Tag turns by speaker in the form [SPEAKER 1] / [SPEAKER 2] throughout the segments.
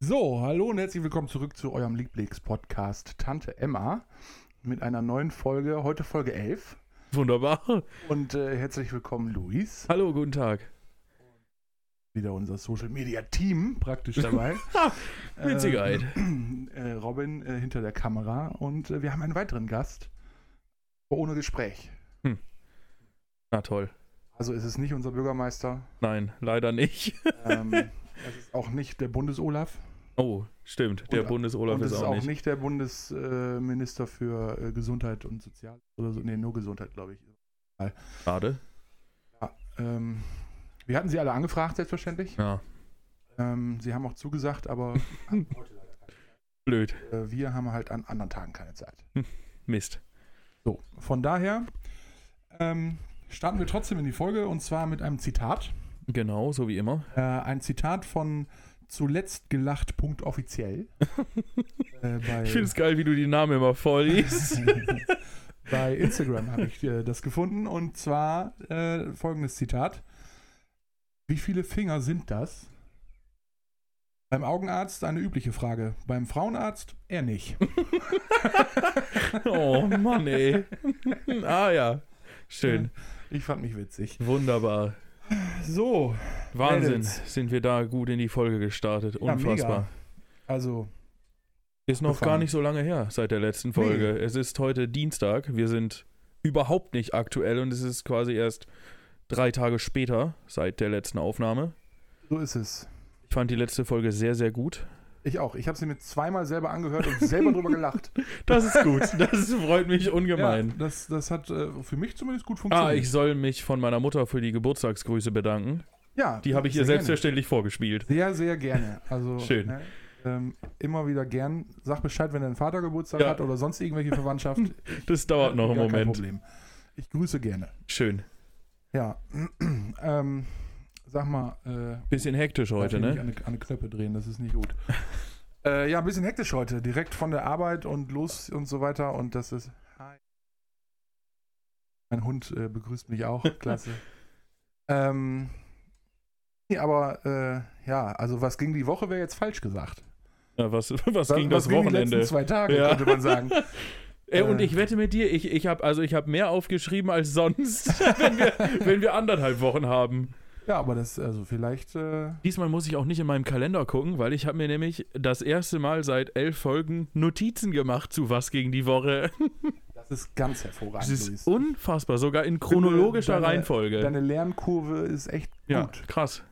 [SPEAKER 1] So, hallo und herzlich willkommen zurück zu eurem Lieblingspodcast Tante Emma mit einer neuen Folge, heute Folge 11.
[SPEAKER 2] Wunderbar.
[SPEAKER 1] Und äh, herzlich willkommen, Luis,
[SPEAKER 2] Hallo, guten Tag.
[SPEAKER 1] wieder unser Social Media Team praktisch dabei.
[SPEAKER 2] Mit Sicherheit.
[SPEAKER 1] Ähm, äh, Robin äh, hinter der Kamera und äh, wir haben einen weiteren Gast, aber ohne Gespräch.
[SPEAKER 2] Na toll.
[SPEAKER 1] Also es ist nicht unser Bürgermeister,
[SPEAKER 2] Nein, leider nicht.
[SPEAKER 1] ähm, es ist auch nicht der Bundes-Olaf
[SPEAKER 2] Oh, stimmt. Der
[SPEAKER 1] Und-
[SPEAKER 2] Bundesolaf
[SPEAKER 1] und es
[SPEAKER 2] ist
[SPEAKER 1] ist
[SPEAKER 2] auch
[SPEAKER 1] auch
[SPEAKER 2] nicht.
[SPEAKER 1] nicht der Bundesminister für äh, Gesundheit und Sozial oder so, nee, nur Gesundheit, glaube ich.
[SPEAKER 2] Schade.
[SPEAKER 1] Ähm, wir hatten sie alle angefragt, selbstverständlich.
[SPEAKER 2] Ja,
[SPEAKER 1] Ähm, sie haben auch zugesagt, aber
[SPEAKER 2] blöd.
[SPEAKER 1] äh, wir haben halt an anderen Tagen keine Zeit.
[SPEAKER 2] Mist.
[SPEAKER 1] So, von daher ähm, starten wir trotzdem in die Folge und zwar mit einem Zitat.
[SPEAKER 2] Genau, so wie immer.
[SPEAKER 1] Äh, ein Zitat von zuletzt gelacht. Punkt offiziell. äh, bei,
[SPEAKER 2] Ich finde es geil, wie du die Namen immer vorliest.
[SPEAKER 1] bei Instagram habe ich äh, das gefunden und zwar äh, folgendes Zitat. Wie viele Finger sind das? Beim Augenarzt eine übliche Frage. Beim Frauenarzt eher nicht.
[SPEAKER 2] oh Mann, ey. ah ja. Schön.
[SPEAKER 1] Ich fand mich witzig.
[SPEAKER 2] Wunderbar.
[SPEAKER 1] So,
[SPEAKER 2] Wahnsinn.
[SPEAKER 1] Mädels.
[SPEAKER 2] Sind wir da gut in die Folge gestartet.
[SPEAKER 1] mega.
[SPEAKER 2] Unfassbar.
[SPEAKER 1] also
[SPEAKER 2] Ist noch
[SPEAKER 1] Abgefahren.
[SPEAKER 2] gar nicht so lange her seit der letzten Folge. Es ist heute Dienstag. Wir sind überhaupt nicht aktuell und es ist quasi erst drei Tage später seit der letzten Aufnahme.
[SPEAKER 1] so ist es.
[SPEAKER 2] Ich fand die letzte Folge sehr, sehr gut.
[SPEAKER 1] Ich auch. Ich habe sie mir zweimal selber angehört und selber drüber gelacht.
[SPEAKER 2] Das ist gut. Das freut mich
[SPEAKER 1] Ja,
[SPEAKER 2] ungemein.
[SPEAKER 1] das, das hat äh, für mich zumindest gut
[SPEAKER 2] Ah,
[SPEAKER 1] funktioniert.
[SPEAKER 2] ich soll mich von meiner Mutter für die Geburtstagsgrüße bedanken.
[SPEAKER 1] ja,
[SPEAKER 2] Die habe ich ihr
[SPEAKER 1] sehr gerne.
[SPEAKER 2] selbstverständlich vorgespielt.
[SPEAKER 1] Sehr, sehr gerne. Also,
[SPEAKER 2] Schön.
[SPEAKER 1] Ne, ähm, immer wieder gern. Sag Bescheid, wenn dein Vater Geburtstag
[SPEAKER 2] Ja.
[SPEAKER 1] hat oder sonst irgendwelche Verwandtschaft.
[SPEAKER 2] Das dauert noch einen
[SPEAKER 1] Gar Kein
[SPEAKER 2] Moment.
[SPEAKER 1] Problem. Ich grüße gerne.
[SPEAKER 2] Schön.
[SPEAKER 1] Ja. ähm, sag mal, äh,
[SPEAKER 2] Bisschen hektisch
[SPEAKER 1] darf
[SPEAKER 2] heute,
[SPEAKER 1] ich nicht
[SPEAKER 2] ne?
[SPEAKER 1] An die, an die Knöpfe drehen, das ist nicht gut. äh, ja, ein bisschen hektisch heute. Direkt von der Arbeit und los und so weiter. Und das ist. Hi. Mein Hund äh, begrüßt mich auch. Klasse. ähm, nee, aber äh, ja, also was ging die Woche, wäre jetzt falsch gesagt.
[SPEAKER 2] Ja, was, was
[SPEAKER 1] Was-
[SPEAKER 2] ging
[SPEAKER 1] was
[SPEAKER 2] das
[SPEAKER 1] Die
[SPEAKER 2] Wochenende?
[SPEAKER 1] letzten zwei Tage,
[SPEAKER 2] Ja.
[SPEAKER 1] könnte man sagen.
[SPEAKER 2] Ey, und
[SPEAKER 1] Äh.
[SPEAKER 2] ich wette mit dir, ich, ich habe also ich hab mehr aufgeschrieben als sonst, wenn, wir, wenn wir anderthalb Wochen haben.
[SPEAKER 1] ja, aber das, also vielleicht. Äh,
[SPEAKER 2] Diesmal muss ich auch nicht in meinem Kalender gucken, weil ich habe mir nämlich das erste Mal seit elf Folgen Notizen gemacht zu was gegen die Woche.
[SPEAKER 1] das ist ganz
[SPEAKER 2] Das
[SPEAKER 1] hervorragend.
[SPEAKER 2] ist
[SPEAKER 1] Luis.
[SPEAKER 2] unfassbar, sogar in chronologischer
[SPEAKER 1] Deine-
[SPEAKER 2] Reihenfolge.
[SPEAKER 1] Deine Lernkurve ist echt
[SPEAKER 2] ja,
[SPEAKER 1] gut.
[SPEAKER 2] krass.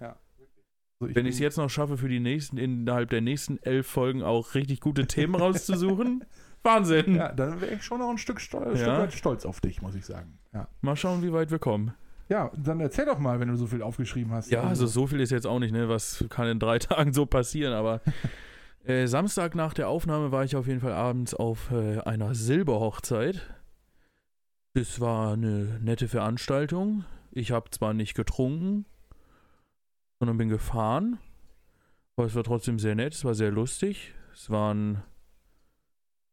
[SPEAKER 1] Also
[SPEAKER 2] Wenn ich es
[SPEAKER 1] bin-
[SPEAKER 2] jetzt noch schaffe, für die nächsten, innerhalb der nächsten elf Folgen auch richtig gute Themen rauszusuchen, Wahnsinn.
[SPEAKER 1] Ja, dann wäre ich schon noch ein Stück, stol Stück
[SPEAKER 2] Hm. Ja.
[SPEAKER 1] weit stolz auf dich, muss ich sagen. Ja.
[SPEAKER 2] Mal schauen, wie weit wir kommen.
[SPEAKER 1] ja, dann erzähl doch mal, wenn du so viel aufgeschrieben hast. Ähm,
[SPEAKER 2] Ja, also so viel ist jetzt auch nicht, ne? Was kann in drei Tagen so passieren? Aber äh, Samstag nach der Aufnahme war ich auf jeden Fall abends auf äh, einer Silberhochzeit. Es war eine nette Veranstaltung. Ich habe zwar nicht getrunken, sondern bin gefahren. Aber es war trotzdem sehr nett, es war sehr lustig. Es waren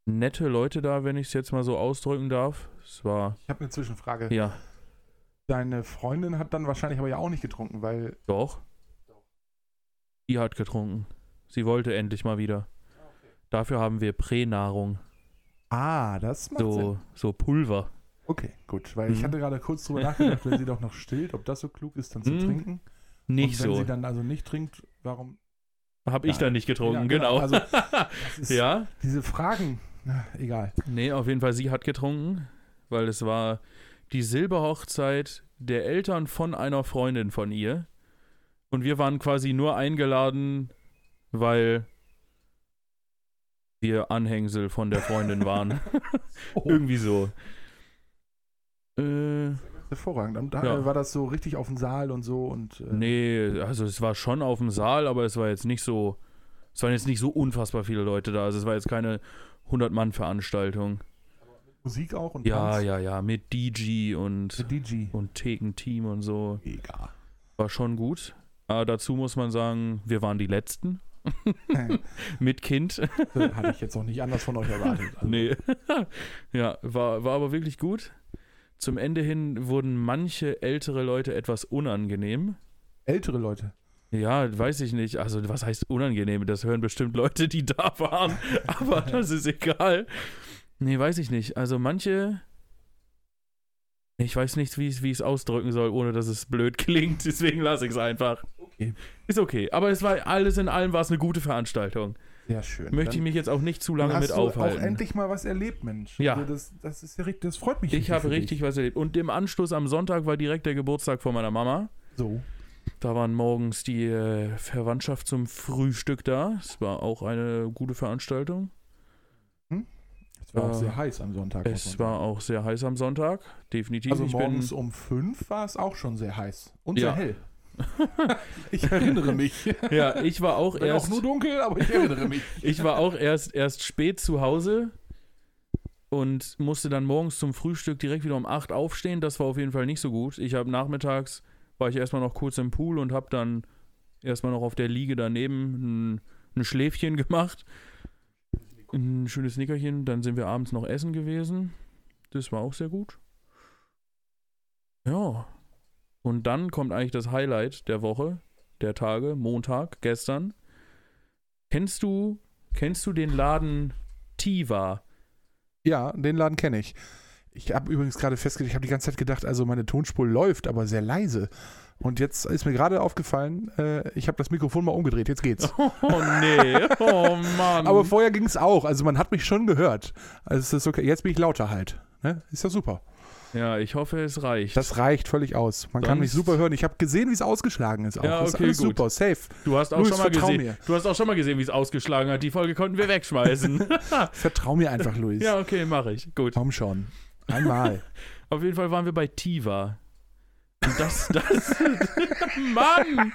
[SPEAKER 2] nette Leute da, wenn ich es jetzt mal so ausdrücken darf. Es war,
[SPEAKER 1] Ich habe eine Zwischenfrage.
[SPEAKER 2] ja,
[SPEAKER 1] Deine Freundin hat dann wahrscheinlich aber ja auch nicht getrunken, weil.
[SPEAKER 2] Doch. Die hat getrunken. Sie wollte endlich mal wieder. Dafür haben wir Pränahrung.
[SPEAKER 1] Ah, das macht Sinn.
[SPEAKER 2] So, so Pulver.
[SPEAKER 1] Okay, gut. Weil ich
[SPEAKER 2] Mhm.
[SPEAKER 1] hatte gerade kurz drüber nachgedacht, wenn sie doch noch stillt, ob das so klug ist, dann zu
[SPEAKER 2] Mhm.
[SPEAKER 1] trinken.
[SPEAKER 2] Nicht
[SPEAKER 1] Und wenn
[SPEAKER 2] so.
[SPEAKER 1] sie dann also nicht trinkt, warum?
[SPEAKER 2] Hab ich
[SPEAKER 1] Ja.
[SPEAKER 2] dann nicht getrunken,
[SPEAKER 1] Ja,
[SPEAKER 2] genau.
[SPEAKER 1] Also, das ist,
[SPEAKER 2] ja.
[SPEAKER 1] Diese Fragen, na, egal.
[SPEAKER 2] Nee, auf jeden Fall, sie hat getrunken, weil es war die Silberhochzeit der Eltern von einer Freundin von ihr. Und wir waren quasi nur eingeladen, weil wir Anhängsel von der Freundin waren.
[SPEAKER 1] Oh,
[SPEAKER 2] Irgendwie so. Äh,
[SPEAKER 1] hervorragend. Und da
[SPEAKER 2] Ja.
[SPEAKER 1] äh, war das so richtig auf dem Saal und so und äh,
[SPEAKER 2] Nee, also es war schon auf dem Saal, aber es war jetzt nicht so, es waren jetzt nicht so unfassbar viele Leute da. Also es war jetzt keine 100-Mann-Veranstaltung.
[SPEAKER 1] Musik auch und
[SPEAKER 2] Ja,
[SPEAKER 1] Tanz.
[SPEAKER 2] ja, ja, mit DJ und,
[SPEAKER 1] DJ.
[SPEAKER 2] und Theken-Team und so.
[SPEAKER 1] Egal.
[SPEAKER 2] War schon gut. Aber dazu muss man sagen, wir waren die Letzten. mit Kind.
[SPEAKER 1] Hatte ich jetzt auch nicht anders von euch erwartet. Also,
[SPEAKER 2] Nee. ja, war, war aber wirklich gut. Zum Ende hin wurden manche ältere Leute etwas unangenehm.
[SPEAKER 1] Ältere Leute.
[SPEAKER 2] Ja, weiß ich nicht. Also, was heißt unangenehm? Das hören bestimmt Leute, die da waren. Aber das ist egal. Nee, weiß ich nicht. Also, manche. Ich weiß nicht, wie ich es wie ich's ausdrücken soll, ohne dass es blöd klingt. Deswegen lasse ich es einfach.
[SPEAKER 1] Okay.
[SPEAKER 2] Ist okay. Aber es war alles in allem war es eine gute Veranstaltung.
[SPEAKER 1] Sehr schön.
[SPEAKER 2] Möchte ich mich jetzt auch nicht zu lange
[SPEAKER 1] hast
[SPEAKER 2] mit
[SPEAKER 1] du
[SPEAKER 2] aufhalten.
[SPEAKER 1] auch endlich mal was erlebt, Mensch.
[SPEAKER 2] Ja.
[SPEAKER 1] Also das, das, ist ja richtig, das freut mich.
[SPEAKER 2] ich
[SPEAKER 1] für
[SPEAKER 2] habe
[SPEAKER 1] dich.
[SPEAKER 2] richtig was erlebt. Und im Anschluss am Sonntag war direkt der Geburtstag von meiner Mama.
[SPEAKER 1] So.
[SPEAKER 2] Da waren morgens die äh, Verwandtschaft zum Frühstück da. Es war auch eine gute Veranstaltung.
[SPEAKER 1] Es war
[SPEAKER 2] Äh,
[SPEAKER 1] auch sehr heiß am Sonntag. muss
[SPEAKER 2] Es
[SPEAKER 1] man
[SPEAKER 2] war auch sehr heiß am Sonntag. Definitiv.
[SPEAKER 1] Also
[SPEAKER 2] ich
[SPEAKER 1] morgens
[SPEAKER 2] bin,
[SPEAKER 1] um fünf war es auch schon sehr heiß und sehr
[SPEAKER 2] Ja.
[SPEAKER 1] hell. ich erinnere mich.
[SPEAKER 2] ja, ich war auch
[SPEAKER 1] Wenn auch
[SPEAKER 2] erst,
[SPEAKER 1] nur dunkel, aber ich erinnere mich.
[SPEAKER 2] ich war auch erst, erst spät zu Hause und musste dann morgens zum Frühstück direkt wieder um 8 aufstehen. Das war auf jeden Fall nicht so gut. Ich habe nachmittags, war ich erstmal noch kurz im Pool und habe dann erstmal noch auf der Liege daneben ein, ein Schläfchen gemacht. Ein schönes Nickerchen. Dann sind wir abends noch essen gewesen. Das war auch sehr gut. Ja. Und dann kommt eigentlich das Highlight der Woche, der Tage, Montag, gestern. Kennst du, kennst du den Laden Tiva?
[SPEAKER 1] Ja, den Laden kenne ich. Ich habe übrigens gerade festgestellt, ich habe die ganze Zeit gedacht, also meine Tonspur läuft, aber sehr leise. Und jetzt ist mir gerade aufgefallen, äh, ich habe das Mikrofon mal umgedreht, jetzt geht's.
[SPEAKER 2] Oh nee, oh Mann.
[SPEAKER 1] Aber vorher ging es auch, also man hat mich schon gehört. Also es ist okay, jetzt bin ich lauter halt. Ne? Ist ja super.
[SPEAKER 2] ja, ich hoffe, es reicht.
[SPEAKER 1] Das reicht völlig aus. Man kann mich
[SPEAKER 2] Sonst-
[SPEAKER 1] super hören. Ich habe gesehen, wie es ausgeschlagen ist. Auch.
[SPEAKER 2] Ja,
[SPEAKER 1] das ist
[SPEAKER 2] okay,
[SPEAKER 1] alles
[SPEAKER 2] gut.
[SPEAKER 1] super, safe.
[SPEAKER 2] du hast auch
[SPEAKER 1] Luis,
[SPEAKER 2] schon mal
[SPEAKER 1] vertrau
[SPEAKER 2] gesehen.
[SPEAKER 1] mir.
[SPEAKER 2] Du hast auch schon mal gesehen, wie es ausgeschlagen hat. Die Folge konnten wir wegschmeißen.
[SPEAKER 1] Vertrau mir einfach, Luis.
[SPEAKER 2] ja, okay, mache ich. Gut.
[SPEAKER 1] Komm schon. Einmal.
[SPEAKER 2] Auf jeden Fall waren wir bei Tiva. Und das, das. Mann!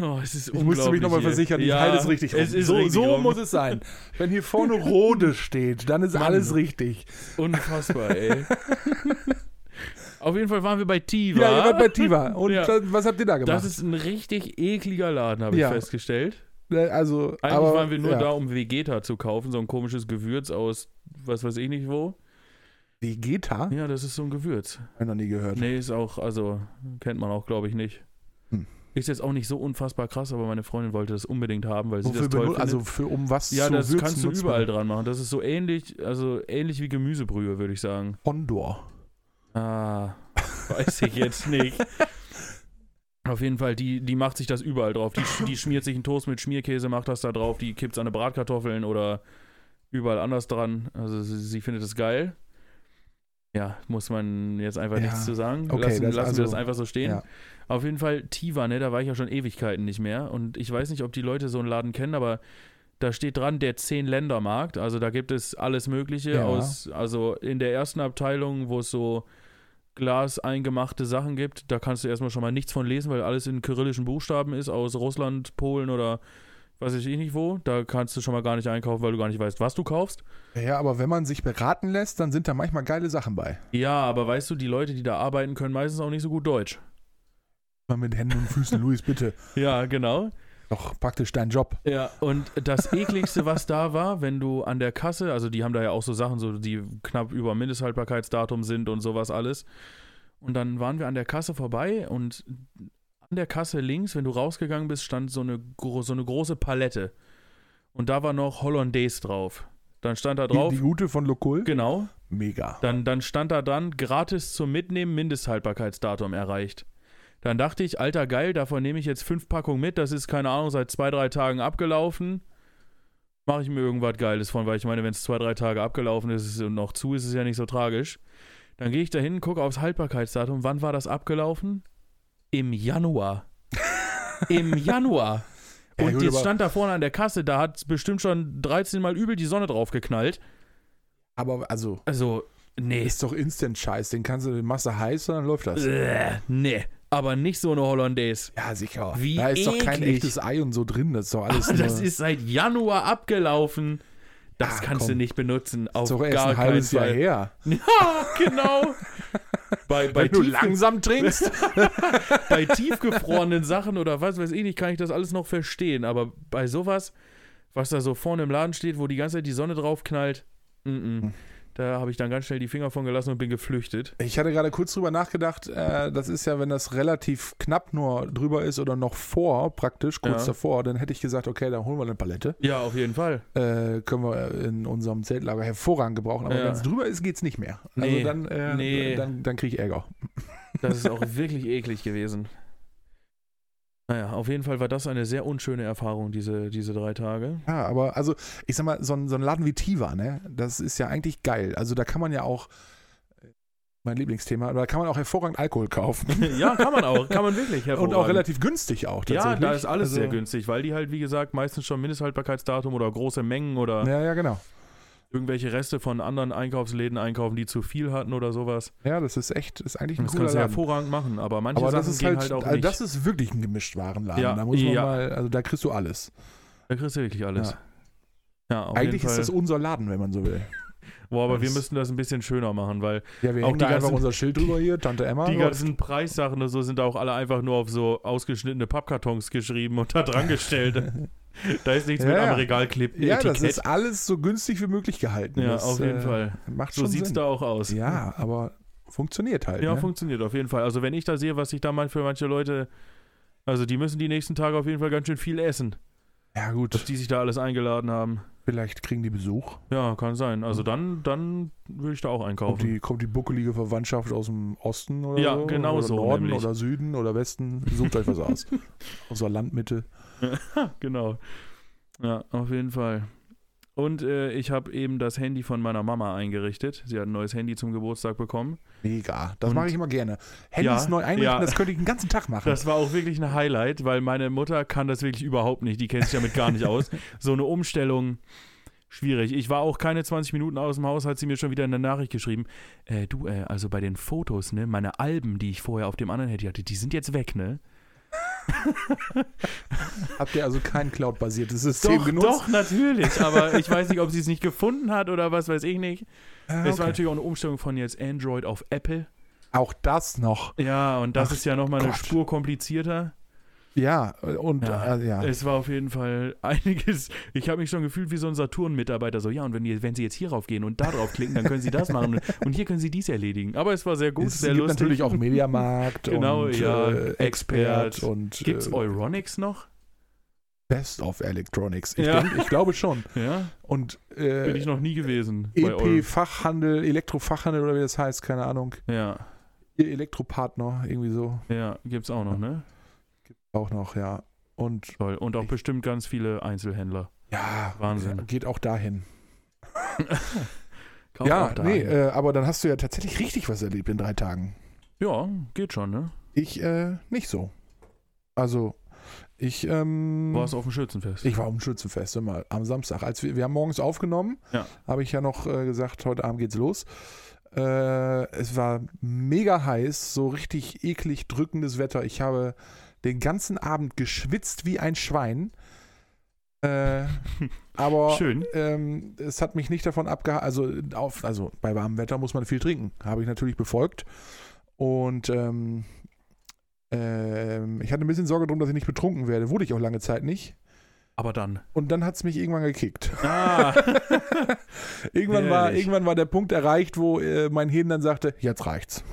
[SPEAKER 2] Oh, es ist
[SPEAKER 1] Ich musste mich nochmal
[SPEAKER 2] unglaublich hier.
[SPEAKER 1] versichern, ich
[SPEAKER 2] ja,
[SPEAKER 1] halte es richtig rum.
[SPEAKER 2] Es ist
[SPEAKER 1] so
[SPEAKER 2] richtig
[SPEAKER 1] so
[SPEAKER 2] rum.
[SPEAKER 1] muss es sein. Wenn hier vorne Rode steht, dann ist
[SPEAKER 2] Mann.
[SPEAKER 1] alles richtig.
[SPEAKER 2] Unfassbar, ey. Auf jeden Fall waren wir bei Tiva.
[SPEAKER 1] Ja, ihr wart bei Tiva. Und
[SPEAKER 2] Ja.
[SPEAKER 1] dann, was habt ihr da gemacht?
[SPEAKER 2] Das ist ein richtig ekliger Laden, habe
[SPEAKER 1] Ja.
[SPEAKER 2] ich festgestellt.
[SPEAKER 1] Äh, also,
[SPEAKER 2] Eigentlich
[SPEAKER 1] aber,
[SPEAKER 2] waren wir nur
[SPEAKER 1] ja.
[SPEAKER 2] da, um Vegeta zu kaufen, so ein komisches Gewürz aus was weiß ich nicht wo.
[SPEAKER 1] Vegeta?
[SPEAKER 2] Ja, das ist so ein Gewürz.
[SPEAKER 1] Hab ich noch nie gehört.
[SPEAKER 2] Nee, ist auch, also kennt man auch, glaube ich, nicht.
[SPEAKER 1] Hm.
[SPEAKER 2] Ist jetzt auch nicht so unfassbar krass, aber meine Freundin wollte das unbedingt haben, weil sie
[SPEAKER 1] Wofür
[SPEAKER 2] das toll
[SPEAKER 1] benu-
[SPEAKER 2] findet.
[SPEAKER 1] also für um was
[SPEAKER 2] ja,
[SPEAKER 1] zu
[SPEAKER 2] das
[SPEAKER 1] würzen
[SPEAKER 2] kannst du
[SPEAKER 1] nutzt man
[SPEAKER 2] überall dran machen. Das ist so ähnlich, also ähnlich wie Gemüsebrühe, würde ich sagen.
[SPEAKER 1] Condor.
[SPEAKER 2] Ah, weiß ich jetzt nicht. Auf jeden Fall, die, die macht sich das überall drauf. Die, sch- die schmiert sich einen Toast mit Schmierkäse, macht das da drauf, die kippt an eine Bratkartoffeln oder überall anders dran. Also sie, sie findet es geil. Ja, muss man jetzt einfach
[SPEAKER 1] Ja.
[SPEAKER 2] nichts zu sagen.
[SPEAKER 1] Okay,
[SPEAKER 2] lassen
[SPEAKER 1] das
[SPEAKER 2] lassen wir das
[SPEAKER 1] also-
[SPEAKER 2] einfach so stehen.
[SPEAKER 1] ja.
[SPEAKER 2] Auf jeden Fall Tiva, ne? Da war ich ja schon Ewigkeiten nicht mehr. Und ich weiß nicht, ob die Leute so einen Laden kennen, aber da steht dran der Zehn-Länder-Markt. Also da gibt es alles Mögliche
[SPEAKER 1] Ja.
[SPEAKER 2] aus, also in der ersten Abteilung, wo es so Glas eingemachte Sachen gibt, da kannst du erstmal schon mal nichts von lesen, weil alles in kyrillischen Buchstaben ist aus Russland, Polen oder weiß ich eh nicht wo. Da kannst du schon mal gar nicht einkaufen, weil du gar nicht weißt, was du kaufst.
[SPEAKER 1] Ja, aber wenn man sich beraten lässt, dann sind da manchmal geile Sachen bei.
[SPEAKER 2] Ja, aber weißt du, die Leute, die da arbeiten, können meistens auch nicht so gut Deutsch.
[SPEAKER 1] Mal mit Händen und Füßen, Luis, bitte.
[SPEAKER 2] Ja, genau.
[SPEAKER 1] Doch praktisch dein Job.
[SPEAKER 2] Ja, und das ekligste, was da war, wenn du an der Kasse, also die haben da ja auch so Sachen, so die knapp über Mindesthaltbarkeitsdatum sind und sowas alles. Und dann waren wir an der Kasse vorbei und an der Kasse links, wenn du rausgegangen bist, stand so eine, gro so eine große Palette. Und da war noch Hollandaise drauf. Dann stand da
[SPEAKER 1] Die,
[SPEAKER 2] drauf,
[SPEAKER 1] die gute von Lokul.
[SPEAKER 2] genau,
[SPEAKER 1] Mega.
[SPEAKER 2] dann, dann stand da dran, gratis zum Mitnehmen, Mindesthaltbarkeitsdatum erreicht. Dann dachte ich, alter geil, davon nehme ich jetzt fünf Packungen mit, das ist, keine Ahnung, seit zwei, drei Tagen abgelaufen. Mache ich mir irgendwas Geiles von, weil ich meine, wenn es zwei, drei Tage abgelaufen ist und noch zu, ist es ja nicht so tragisch. Dann gehe ich da hin, gucke aufs Haltbarkeitsdatum. Wann war das abgelaufen? Im Januar. Im Januar.
[SPEAKER 1] Ja,
[SPEAKER 2] Und
[SPEAKER 1] gut,
[SPEAKER 2] jetzt
[SPEAKER 1] aber-
[SPEAKER 2] stand da vorne an der Kasse, da hat bestimmt schon 13 Mal übel die Sonne drauf geknallt.
[SPEAKER 1] Aber also,
[SPEAKER 2] Also, nee,
[SPEAKER 1] ist doch Instant-Scheiß. Den kannst du, den machst du heiß und dann läuft das.
[SPEAKER 2] Äh, nee, aber nicht so eine Hollandaise.
[SPEAKER 1] Ja, sicher.
[SPEAKER 2] Wie
[SPEAKER 1] da ist doch kein
[SPEAKER 2] eklig.
[SPEAKER 1] echtes Ei und so drin. Das ist doch alles.
[SPEAKER 2] Das
[SPEAKER 1] nur,
[SPEAKER 2] ist seit Januar abgelaufen. Das
[SPEAKER 1] Ah,
[SPEAKER 2] kannst
[SPEAKER 1] komm.
[SPEAKER 2] du nicht benutzen. Auf
[SPEAKER 1] ist doch erst
[SPEAKER 2] gar
[SPEAKER 1] ein halbes Jahr
[SPEAKER 2] keinen Fall.
[SPEAKER 1] her.
[SPEAKER 2] Ja, genau. bei, bei,
[SPEAKER 1] Wenn du
[SPEAKER 2] tiefge-
[SPEAKER 1] langsam trinkst.
[SPEAKER 2] bei tiefgefrorenen Sachen oder was weiß ich nicht, kann ich das alles noch verstehen. Aber
[SPEAKER 1] Hm.
[SPEAKER 2] bei sowas, was da so vorne im Laden steht, wo die ganze Zeit die Sonne drauf knallt, mm -mm. Da habe ich dann ganz schnell die Finger von gelassen und bin geflüchtet.
[SPEAKER 1] Ich hatte gerade kurz drüber nachgedacht, äh, das ist ja, wenn das relativ knapp nur drüber ist oder noch vor, praktisch, kurz
[SPEAKER 2] Ja.
[SPEAKER 1] davor, dann hätte ich gesagt, okay, dann holen wir eine Palette.
[SPEAKER 2] Ja, auf jeden Fall.
[SPEAKER 1] Äh, können wir in unserem Zeltlager hervorragend gebrauchen. Aber
[SPEAKER 2] Ja.
[SPEAKER 1] wenn es drüber ist, geht's nicht mehr. Also
[SPEAKER 2] Nee.
[SPEAKER 1] dann, äh,
[SPEAKER 2] Nee.
[SPEAKER 1] dann, dann kriege ich Ärger.
[SPEAKER 2] Das ist auch wirklich eklig gewesen. Naja, auf jeden Fall war das eine sehr unschöne Erfahrung, diese, diese drei Tage.
[SPEAKER 1] Ja, aber also, ich sag mal, so ein, so ein Laden wie Tiva, ne, das ist ja eigentlich geil. Also da kann man ja auch, mein Lieblingsthema, aber da kann man auch hervorragend Alkohol kaufen.
[SPEAKER 2] ja, kann man auch. Kann man wirklich.
[SPEAKER 1] Und auch
[SPEAKER 2] hervorragend.
[SPEAKER 1] relativ günstig auch.
[SPEAKER 2] Ja,
[SPEAKER 1] tatsächlich.
[SPEAKER 2] da ist alles
[SPEAKER 1] Also-
[SPEAKER 2] sehr günstig, weil die halt, wie gesagt, meistens schon Mindesthaltbarkeitsdatum oder große Mengen oder
[SPEAKER 1] Ja, ja, genau.
[SPEAKER 2] irgendwelche Reste von anderen Einkaufsläden einkaufen, die zu viel hatten oder sowas.
[SPEAKER 1] Ja, das ist echt, ist eigentlich ein
[SPEAKER 2] Das
[SPEAKER 1] cooler
[SPEAKER 2] kannst du
[SPEAKER 1] Laden.
[SPEAKER 2] hervorragend machen, aber manche
[SPEAKER 1] Aber
[SPEAKER 2] Sachen
[SPEAKER 1] das ist
[SPEAKER 2] gehen
[SPEAKER 1] halt,
[SPEAKER 2] halt, auch
[SPEAKER 1] also
[SPEAKER 2] nicht.
[SPEAKER 1] das ist wirklich ein Gemischtwarenladen.
[SPEAKER 2] Ja,
[SPEAKER 1] Da muss man
[SPEAKER 2] ja.
[SPEAKER 1] mal, also da kriegst du alles.
[SPEAKER 2] da kriegst du wirklich alles.
[SPEAKER 1] Ja.
[SPEAKER 2] Ja, auf
[SPEAKER 1] Eigentlich
[SPEAKER 2] jeden
[SPEAKER 1] ist
[SPEAKER 2] Fall.
[SPEAKER 1] das unser Laden, wenn man so will.
[SPEAKER 2] Boah, aber wir
[SPEAKER 1] das-
[SPEAKER 2] müssen das ein bisschen schöner machen, weil
[SPEAKER 1] Ja, wir
[SPEAKER 2] Auch
[SPEAKER 1] hängen
[SPEAKER 2] die
[SPEAKER 1] da einfach
[SPEAKER 2] ganzen-
[SPEAKER 1] unser Schild drüber hier, Tante Emma.
[SPEAKER 2] die
[SPEAKER 1] so.
[SPEAKER 2] ganzen Preissachen und so sind auch alle einfach nur auf so ausgeschnittene Pappkartons geschrieben und da dran gestellt. da ist nichts
[SPEAKER 1] Ja,
[SPEAKER 2] mit
[SPEAKER 1] ja.
[SPEAKER 2] am Regalklip.
[SPEAKER 1] ja, das ist alles so günstig wie möglich gehalten.
[SPEAKER 2] ja,
[SPEAKER 1] das,
[SPEAKER 2] auf jeden
[SPEAKER 1] äh,
[SPEAKER 2] Fall.
[SPEAKER 1] Macht
[SPEAKER 2] So
[SPEAKER 1] schon
[SPEAKER 2] sieht's
[SPEAKER 1] Sinn.
[SPEAKER 2] da auch aus. ne?
[SPEAKER 1] Ja, aber funktioniert halt.
[SPEAKER 2] Ja,
[SPEAKER 1] ne?
[SPEAKER 2] funktioniert auf jeden Fall. Also wenn ich da sehe, was sich da man für manche Leute, also die müssen die nächsten Tage auf jeden Fall ganz schön viel essen,
[SPEAKER 1] ja gut.
[SPEAKER 2] was die sich da alles eingeladen haben.
[SPEAKER 1] Vielleicht kriegen die Besuch.
[SPEAKER 2] Ja, kann sein. Also dann, dann würde ich da auch
[SPEAKER 1] Kommt
[SPEAKER 2] einkaufen.
[SPEAKER 1] die, kommt die buckelige Verwandtschaft aus dem Osten oder
[SPEAKER 2] Ja,
[SPEAKER 1] so?
[SPEAKER 2] genau
[SPEAKER 1] oder
[SPEAKER 2] so
[SPEAKER 1] Norden
[SPEAKER 2] nämlich.
[SPEAKER 1] oder Süden oder Westen. Sucht euch was aus. Außer Landmitte.
[SPEAKER 2] Genau. Ja, auf jeden Fall. Und äh, ich habe eben das Handy von meiner Mama eingerichtet. Sie hat ein neues Handy zum Geburtstag bekommen.
[SPEAKER 1] Mega. Das
[SPEAKER 2] Und-
[SPEAKER 1] mache ich immer gerne. Handys
[SPEAKER 2] Ja,
[SPEAKER 1] neu einrichten,
[SPEAKER 2] ja.
[SPEAKER 1] das könnte ich den ganzen Tag machen.
[SPEAKER 2] Das war auch wirklich ein Highlight, weil meine Mutter kann das wirklich überhaupt nicht. Die kennt sich damit gar nicht aus. So eine Umstellung, schwierig. Ich war auch keine 20 Minuten aus dem Haus, hat sie mir schon wieder eine Nachricht geschrieben. Äh, du, äh, also bei den Fotos, ne, meine Alben, die ich vorher auf dem anderen Handy hatte, die sind jetzt weg, ne?
[SPEAKER 1] Habt ihr also kein Cloud-basiertes System
[SPEAKER 2] Doch,
[SPEAKER 1] genutzt?
[SPEAKER 2] doch, natürlich. Aber ich weiß nicht, ob sie es nicht gefunden hat oder was weiß ich nicht.
[SPEAKER 1] Ah,
[SPEAKER 2] Es war
[SPEAKER 1] okay.
[SPEAKER 2] natürlich auch eine Umstellung von jetzt Android auf Apple.
[SPEAKER 1] Auch das noch.
[SPEAKER 2] Ja, und das
[SPEAKER 1] Ach
[SPEAKER 2] ist ja nochmal eine
[SPEAKER 1] Gott.
[SPEAKER 2] Spur komplizierter.
[SPEAKER 1] Ja, und ja.
[SPEAKER 2] Ja.
[SPEAKER 1] Äh, ja.
[SPEAKER 2] Es war auf jeden Fall einiges. Ich habe mich schon gefühlt wie so ein Saturn-Mitarbeiter. So, ja, und wenn, die, wenn Sie jetzt hier raufgehen und da drauf klicken, dann können Sie das machen. Und hier können Sie dies erledigen. Aber es war sehr gut,
[SPEAKER 1] es
[SPEAKER 2] sehr
[SPEAKER 1] gibt
[SPEAKER 2] lustig.
[SPEAKER 1] natürlich auch Mediamarkt
[SPEAKER 2] Genau,
[SPEAKER 1] und
[SPEAKER 2] ja,
[SPEAKER 1] äh, Expert
[SPEAKER 2] Expert.
[SPEAKER 1] und
[SPEAKER 2] Gibt's
[SPEAKER 1] äh,
[SPEAKER 2] Euronics noch?
[SPEAKER 1] Best of Electronics. Ich,
[SPEAKER 2] Ja.
[SPEAKER 1] denk, ich glaube schon.
[SPEAKER 2] Ja,
[SPEAKER 1] Und
[SPEAKER 2] bin
[SPEAKER 1] äh,
[SPEAKER 2] ich noch nie gewesen. bei Euro-
[SPEAKER 1] EP-Fachhandel, Elektrofachhandel oder wie das heißt, keine Ahnung.
[SPEAKER 2] ja,
[SPEAKER 1] Ihr Elektropartner, irgendwie so.
[SPEAKER 2] ja, gibt's auch noch, ne?
[SPEAKER 1] Auch noch, ja. Und
[SPEAKER 2] Toll. Und auch bestimmt ganz viele Einzelhändler.
[SPEAKER 1] ja,
[SPEAKER 2] Wahnsinn.
[SPEAKER 1] geht auch dahin.
[SPEAKER 2] Kauf
[SPEAKER 1] ja,
[SPEAKER 2] auch da
[SPEAKER 1] nee,
[SPEAKER 2] ein.
[SPEAKER 1] äh, aber dann hast du ja tatsächlich richtig was erlebt in drei Tagen.
[SPEAKER 2] ja, geht schon, ne?
[SPEAKER 1] Ich äh, nicht so. Also, ich, ähm,
[SPEAKER 2] Warst auf dem Schützenfest.
[SPEAKER 1] ich war um Schützenfest immer am Samstag. Als wir, wir haben morgens aufgenommen,
[SPEAKER 2] Ja.
[SPEAKER 1] habe ich ja noch äh, gesagt, heute Abend geht's los. Äh, es war mega heiß, so richtig eklig drückendes Wetter. Ich habe den ganzen Abend geschwitzt wie ein Schwein. Äh, aber
[SPEAKER 2] Schön.
[SPEAKER 1] ähm, es hat mich nicht davon abgehalten, also, auf, also bei warmem Wetter muss man viel trinken, habe ich natürlich befolgt. Und ähm, ähm, ich hatte ein bisschen Sorge darum, dass ich nicht betrunken werde. Wurde ich auch lange Zeit nicht.
[SPEAKER 2] Aber dann.
[SPEAKER 1] Und dann hat es mich irgendwann gekickt.
[SPEAKER 2] Ah,
[SPEAKER 1] Irgendwann war,
[SPEAKER 2] Ehrlich?
[SPEAKER 1] irgendwann war der Punkt erreicht, wo äh, mein Hirn dann sagte, jetzt reicht's.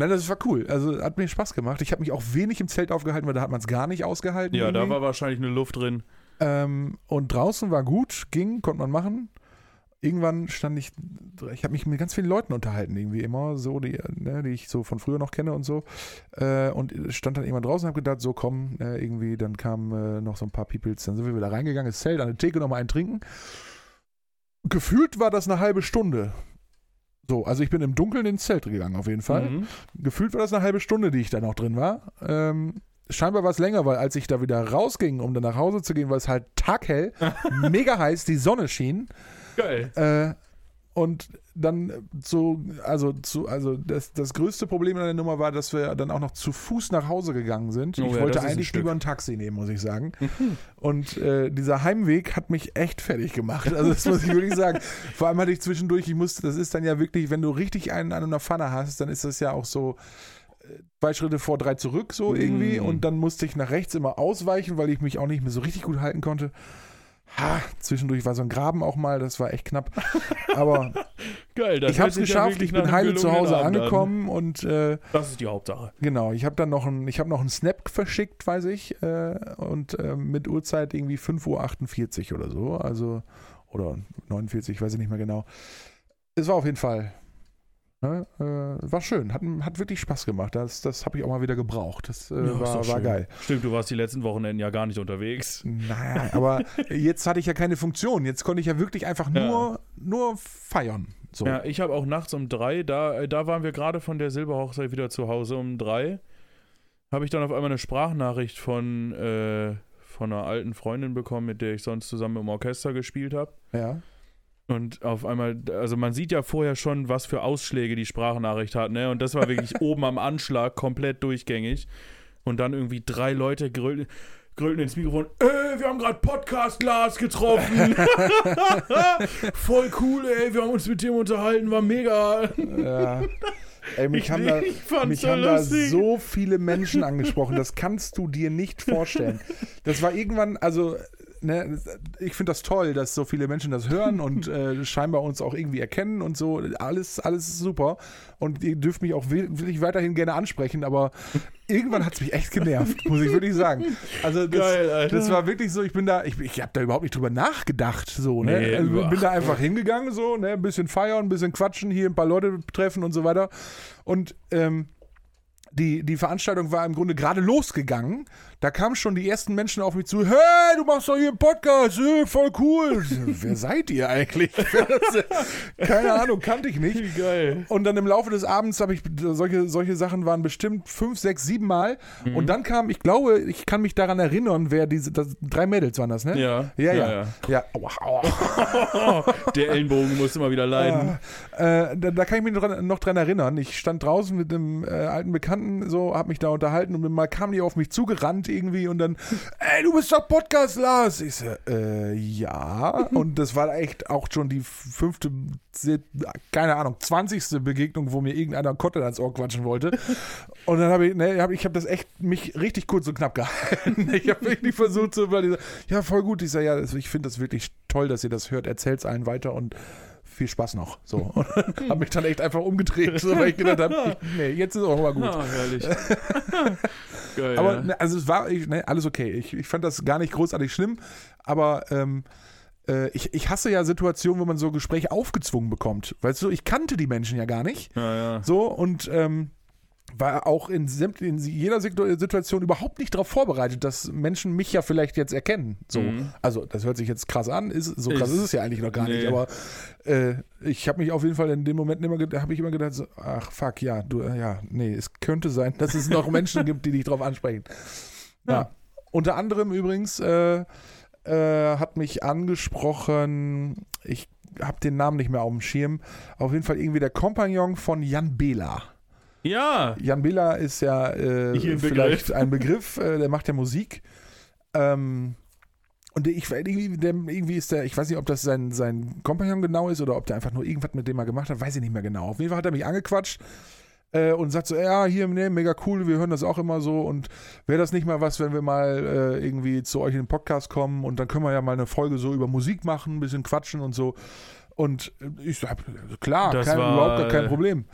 [SPEAKER 1] Nein, das war cool. Also hat mir Spaß gemacht. Ich habe mich auch wenig im Zelt aufgehalten, weil da hat man es gar nicht ausgehalten.
[SPEAKER 2] ja, da
[SPEAKER 1] irgendwie.
[SPEAKER 2] war wahrscheinlich eine Luft drin.
[SPEAKER 1] Ähm, und draußen war gut, ging, konnte man machen. Irgendwann stand ich, ich habe mich mit ganz vielen Leuten unterhalten, irgendwie immer so, die, ne, die ich so von früher noch kenne und so. Äh, und stand dann irgendwann draußen und habe gedacht, so komm, äh, irgendwie, dann kamen äh, noch so ein paar Peoples, dann sind wir wieder reingegangen, ins Zelt, an der Theke nochmal einen trinken. Gefühlt war das eine halbe Stunde. So, also ich bin im Dunkeln ins Zelt gegangen, auf jeden Fall
[SPEAKER 2] Mhm.
[SPEAKER 1] gefühlt war das eine halbe Stunde, die ich da noch drin war. Ähm, scheinbar war es länger, weil als ich da wieder rausging, um dann nach Hause zu gehen, war es halt taghell, mega heiß, die Sonne schien.
[SPEAKER 2] Geil.
[SPEAKER 1] Äh, und dann äh, so, also zu, also das, das größte Problem an der Nummer war, dass wir dann auch noch zu Fuß nach Hause gegangen sind.
[SPEAKER 2] Oh
[SPEAKER 1] ich
[SPEAKER 2] ja,
[SPEAKER 1] wollte
[SPEAKER 2] das ist ein
[SPEAKER 1] eigentlich
[SPEAKER 2] Stück.
[SPEAKER 1] lieber ein Taxi nehmen, muss ich sagen. Und äh, dieser Heimweg hat mich echt fertig gemacht. Also das muss ich wirklich sagen. Vor allem hatte ich zwischendurch, ich musste, das ist dann ja wirklich, wenn du richtig einen an einer Pfanne hast, dann ist das ja auch so äh, zwei Schritte vor, drei zurück so irgendwie.
[SPEAKER 2] Mm.
[SPEAKER 1] Und dann musste ich nach rechts immer ausweichen, weil ich mich auch nicht mehr so richtig gut halten konnte. Ha, zwischendurch war so ein Graben auch mal, das war echt knapp. Aber
[SPEAKER 2] Geil, das
[SPEAKER 1] ich
[SPEAKER 2] hört
[SPEAKER 1] habe es
[SPEAKER 2] sich ja
[SPEAKER 1] geschafft,
[SPEAKER 2] wirklich
[SPEAKER 1] ich
[SPEAKER 2] nach
[SPEAKER 1] bin
[SPEAKER 2] einem
[SPEAKER 1] heile zu
[SPEAKER 2] gelungenen
[SPEAKER 1] Hause
[SPEAKER 2] Abend an.
[SPEAKER 1] angekommen und äh,
[SPEAKER 2] Das ist die Hauptsache.
[SPEAKER 1] genau, ich habe dann noch einen, ich habe noch einen Snap verschickt, weiß ich, äh, und äh, mit Uhrzeit irgendwie 5.48 Uhr oder so, also oder 49, weiß ich nicht mehr genau. Es war auf jeden Fall. Ne, äh, war schön, hat, hat wirklich Spaß gemacht. Das, das habe ich auch mal wieder gebraucht. Das äh,
[SPEAKER 2] Ja,
[SPEAKER 1] war,
[SPEAKER 2] ist doch
[SPEAKER 1] war
[SPEAKER 2] schön.
[SPEAKER 1] geil.
[SPEAKER 2] Stimmt, du warst die letzten Wochenenden ja gar nicht unterwegs.
[SPEAKER 1] Naja, aber jetzt hatte ich ja keine Funktion. Jetzt konnte ich ja wirklich einfach
[SPEAKER 2] Ja.
[SPEAKER 1] nur, nur feiern. So.
[SPEAKER 2] Ja, ich habe auch nachts um drei, da, äh, da waren wir gerade von der Silberhochzeit wieder zu Hause um drei, habe ich dann auf einmal eine Sprachnachricht von, äh, von einer alten Freundin bekommen, mit der ich sonst zusammen im Orchester gespielt habe.
[SPEAKER 1] Ja.
[SPEAKER 2] Und auf einmal, also man sieht ja vorher schon, was für Ausschläge die Sprachnachricht hat, ne? Und das war wirklich oben am Anschlag, komplett durchgängig. Und dann irgendwie drei Leute grüllten, grüllten ins Mikrofon, ey, wir haben gerade Podcast-Glas getroffen. Voll cool, ey, wir haben uns mit dem unterhalten, war mega.
[SPEAKER 1] ja. Äh, Ey, mich
[SPEAKER 2] Ich-
[SPEAKER 1] haben, da,
[SPEAKER 2] ich fand's
[SPEAKER 1] mich
[SPEAKER 2] so
[SPEAKER 1] haben da
[SPEAKER 2] lustig.
[SPEAKER 1] so viele Menschen angesprochen. Das kannst du dir nicht vorstellen. Das war irgendwann, also. Ne, ich finde das toll, dass so viele Menschen das hören und äh, scheinbar uns auch irgendwie erkennen und so. Alles, alles ist super. Und ihr dürft mich auch will- wirklich weiterhin gerne ansprechen, aber irgendwann hat es mich echt genervt, muss ich wirklich sagen. Also das,
[SPEAKER 2] Geil, Alter.
[SPEAKER 1] Das war wirklich so, ich bin da, ich, ich habe da überhaupt nicht drüber nachgedacht, so, ne?
[SPEAKER 2] Nee,
[SPEAKER 1] also,
[SPEAKER 2] über-
[SPEAKER 1] bin da einfach hingegangen, so, ne? Ein bisschen feiern, ein bisschen quatschen, hier ein paar Leute treffen und so weiter. Und ähm, die, die Veranstaltung war im Grunde gerade losgegangen. Da kamen schon die ersten Menschen auf mich zu, hey, du machst doch hier einen Podcast, hey, voll cool. Wer seid ihr eigentlich? Keine Ahnung, kannte ich nicht.
[SPEAKER 2] Wie geil.
[SPEAKER 1] Und dann im Laufe des Abends habe ich solche, solche Sachen waren bestimmt fünf, sechs, sieben Mal. Und dann kam, ich glaube, ich kann mich daran erinnern, wer diese, das, drei Mädels waren das, ne?
[SPEAKER 2] Ja,
[SPEAKER 1] Ja, ja.
[SPEAKER 2] ja,
[SPEAKER 1] ja. Aua, aua.
[SPEAKER 2] Oh, der Ellenbogen muss immer wieder leiden.
[SPEAKER 1] Äh, da, da kann ich mich noch dran, noch dran erinnern. Ich stand draußen mit einem äh, alten Bekannten, so, hab mich da unterhalten und mal kamen die auf mich zugerannt irgendwie und dann, ey, du bist doch Podcast, Lars. Ich so, äh, ja. Und das war echt auch schon die fünfte, se- keine Ahnung, zwanzigste Begegnung, wo mir irgendeiner Kotte ans Ohr quatschen wollte. Und dann habe ich, ne, hab, ich habe das echt mich richtig kurz und knapp gehalten. Ich habe wirklich versucht zu überlegen, ja, voll gut. Ich sage, ja, das- ich finde das wirklich toll, dass ihr das hört. Erzählt's allen weiter und viel Spaß noch. So. Und habe mich dann echt einfach umgedreht, so, weil ich gedacht habe, nee, jetzt ist auch mal gut.
[SPEAKER 2] Ah, herrlich. geil.
[SPEAKER 1] Aber
[SPEAKER 2] ja.
[SPEAKER 1] ne, also es war ich, ne, alles okay. Ich, ich fand das gar nicht großartig schlimm, aber ähm, äh, ich, ich hasse ja Situationen, wo man so Gespräche aufgezwungen bekommt. Weißt du, ich kannte die Menschen ja gar nicht.
[SPEAKER 2] ja, ja.
[SPEAKER 1] So und ähm, war auch in, sämt- in jeder Situ- Situation überhaupt nicht darauf vorbereitet, dass Menschen mich ja vielleicht jetzt erkennen. So.
[SPEAKER 2] Mhm.
[SPEAKER 1] Also, das hört sich jetzt krass an, ist, so krass ist,
[SPEAKER 2] Ist-
[SPEAKER 1] es ja eigentlich noch gar nicht,
[SPEAKER 2] nee.
[SPEAKER 1] aber äh, ich habe mich auf jeden Fall in dem Moment immer, habe ich immer gedacht, so, ach fuck, ja, du, äh, ja, nee, es könnte sein, dass es noch Menschen gibt, die dich drauf ansprechen. Ja.
[SPEAKER 2] Ja.
[SPEAKER 1] Unter anderem übrigens äh, äh, hat mich angesprochen, ich habe den Namen nicht mehr auf dem Schirm, auf jeden Fall irgendwie der Kompagnon von Jan Bela.
[SPEAKER 2] ja.
[SPEAKER 1] Jan Bela ist ja äh,
[SPEAKER 2] Hier ein
[SPEAKER 1] vielleicht ein Begriff, äh, der macht ja Musik. Ähm, und ich weiß irgendwie, der, irgendwie ist der, ich weiß nicht, ob das sein, sein Kompagnon genau ist oder ob der einfach nur irgendwas mit dem er gemacht hat, weiß ich nicht mehr genau. Auf jeden Fall hat er mich angequatscht äh, und sagt so, ja, hier, nee, mega cool, wir hören das auch immer so und wäre das nicht mal was, wenn wir mal äh, irgendwie zu euch in den Podcast kommen und dann können wir ja mal eine Folge so über Musik machen, ein bisschen quatschen und so. Und ich so, klar,
[SPEAKER 2] Das
[SPEAKER 1] kein,
[SPEAKER 2] war- Mhm,
[SPEAKER 1] überhaupt gar kein Problem.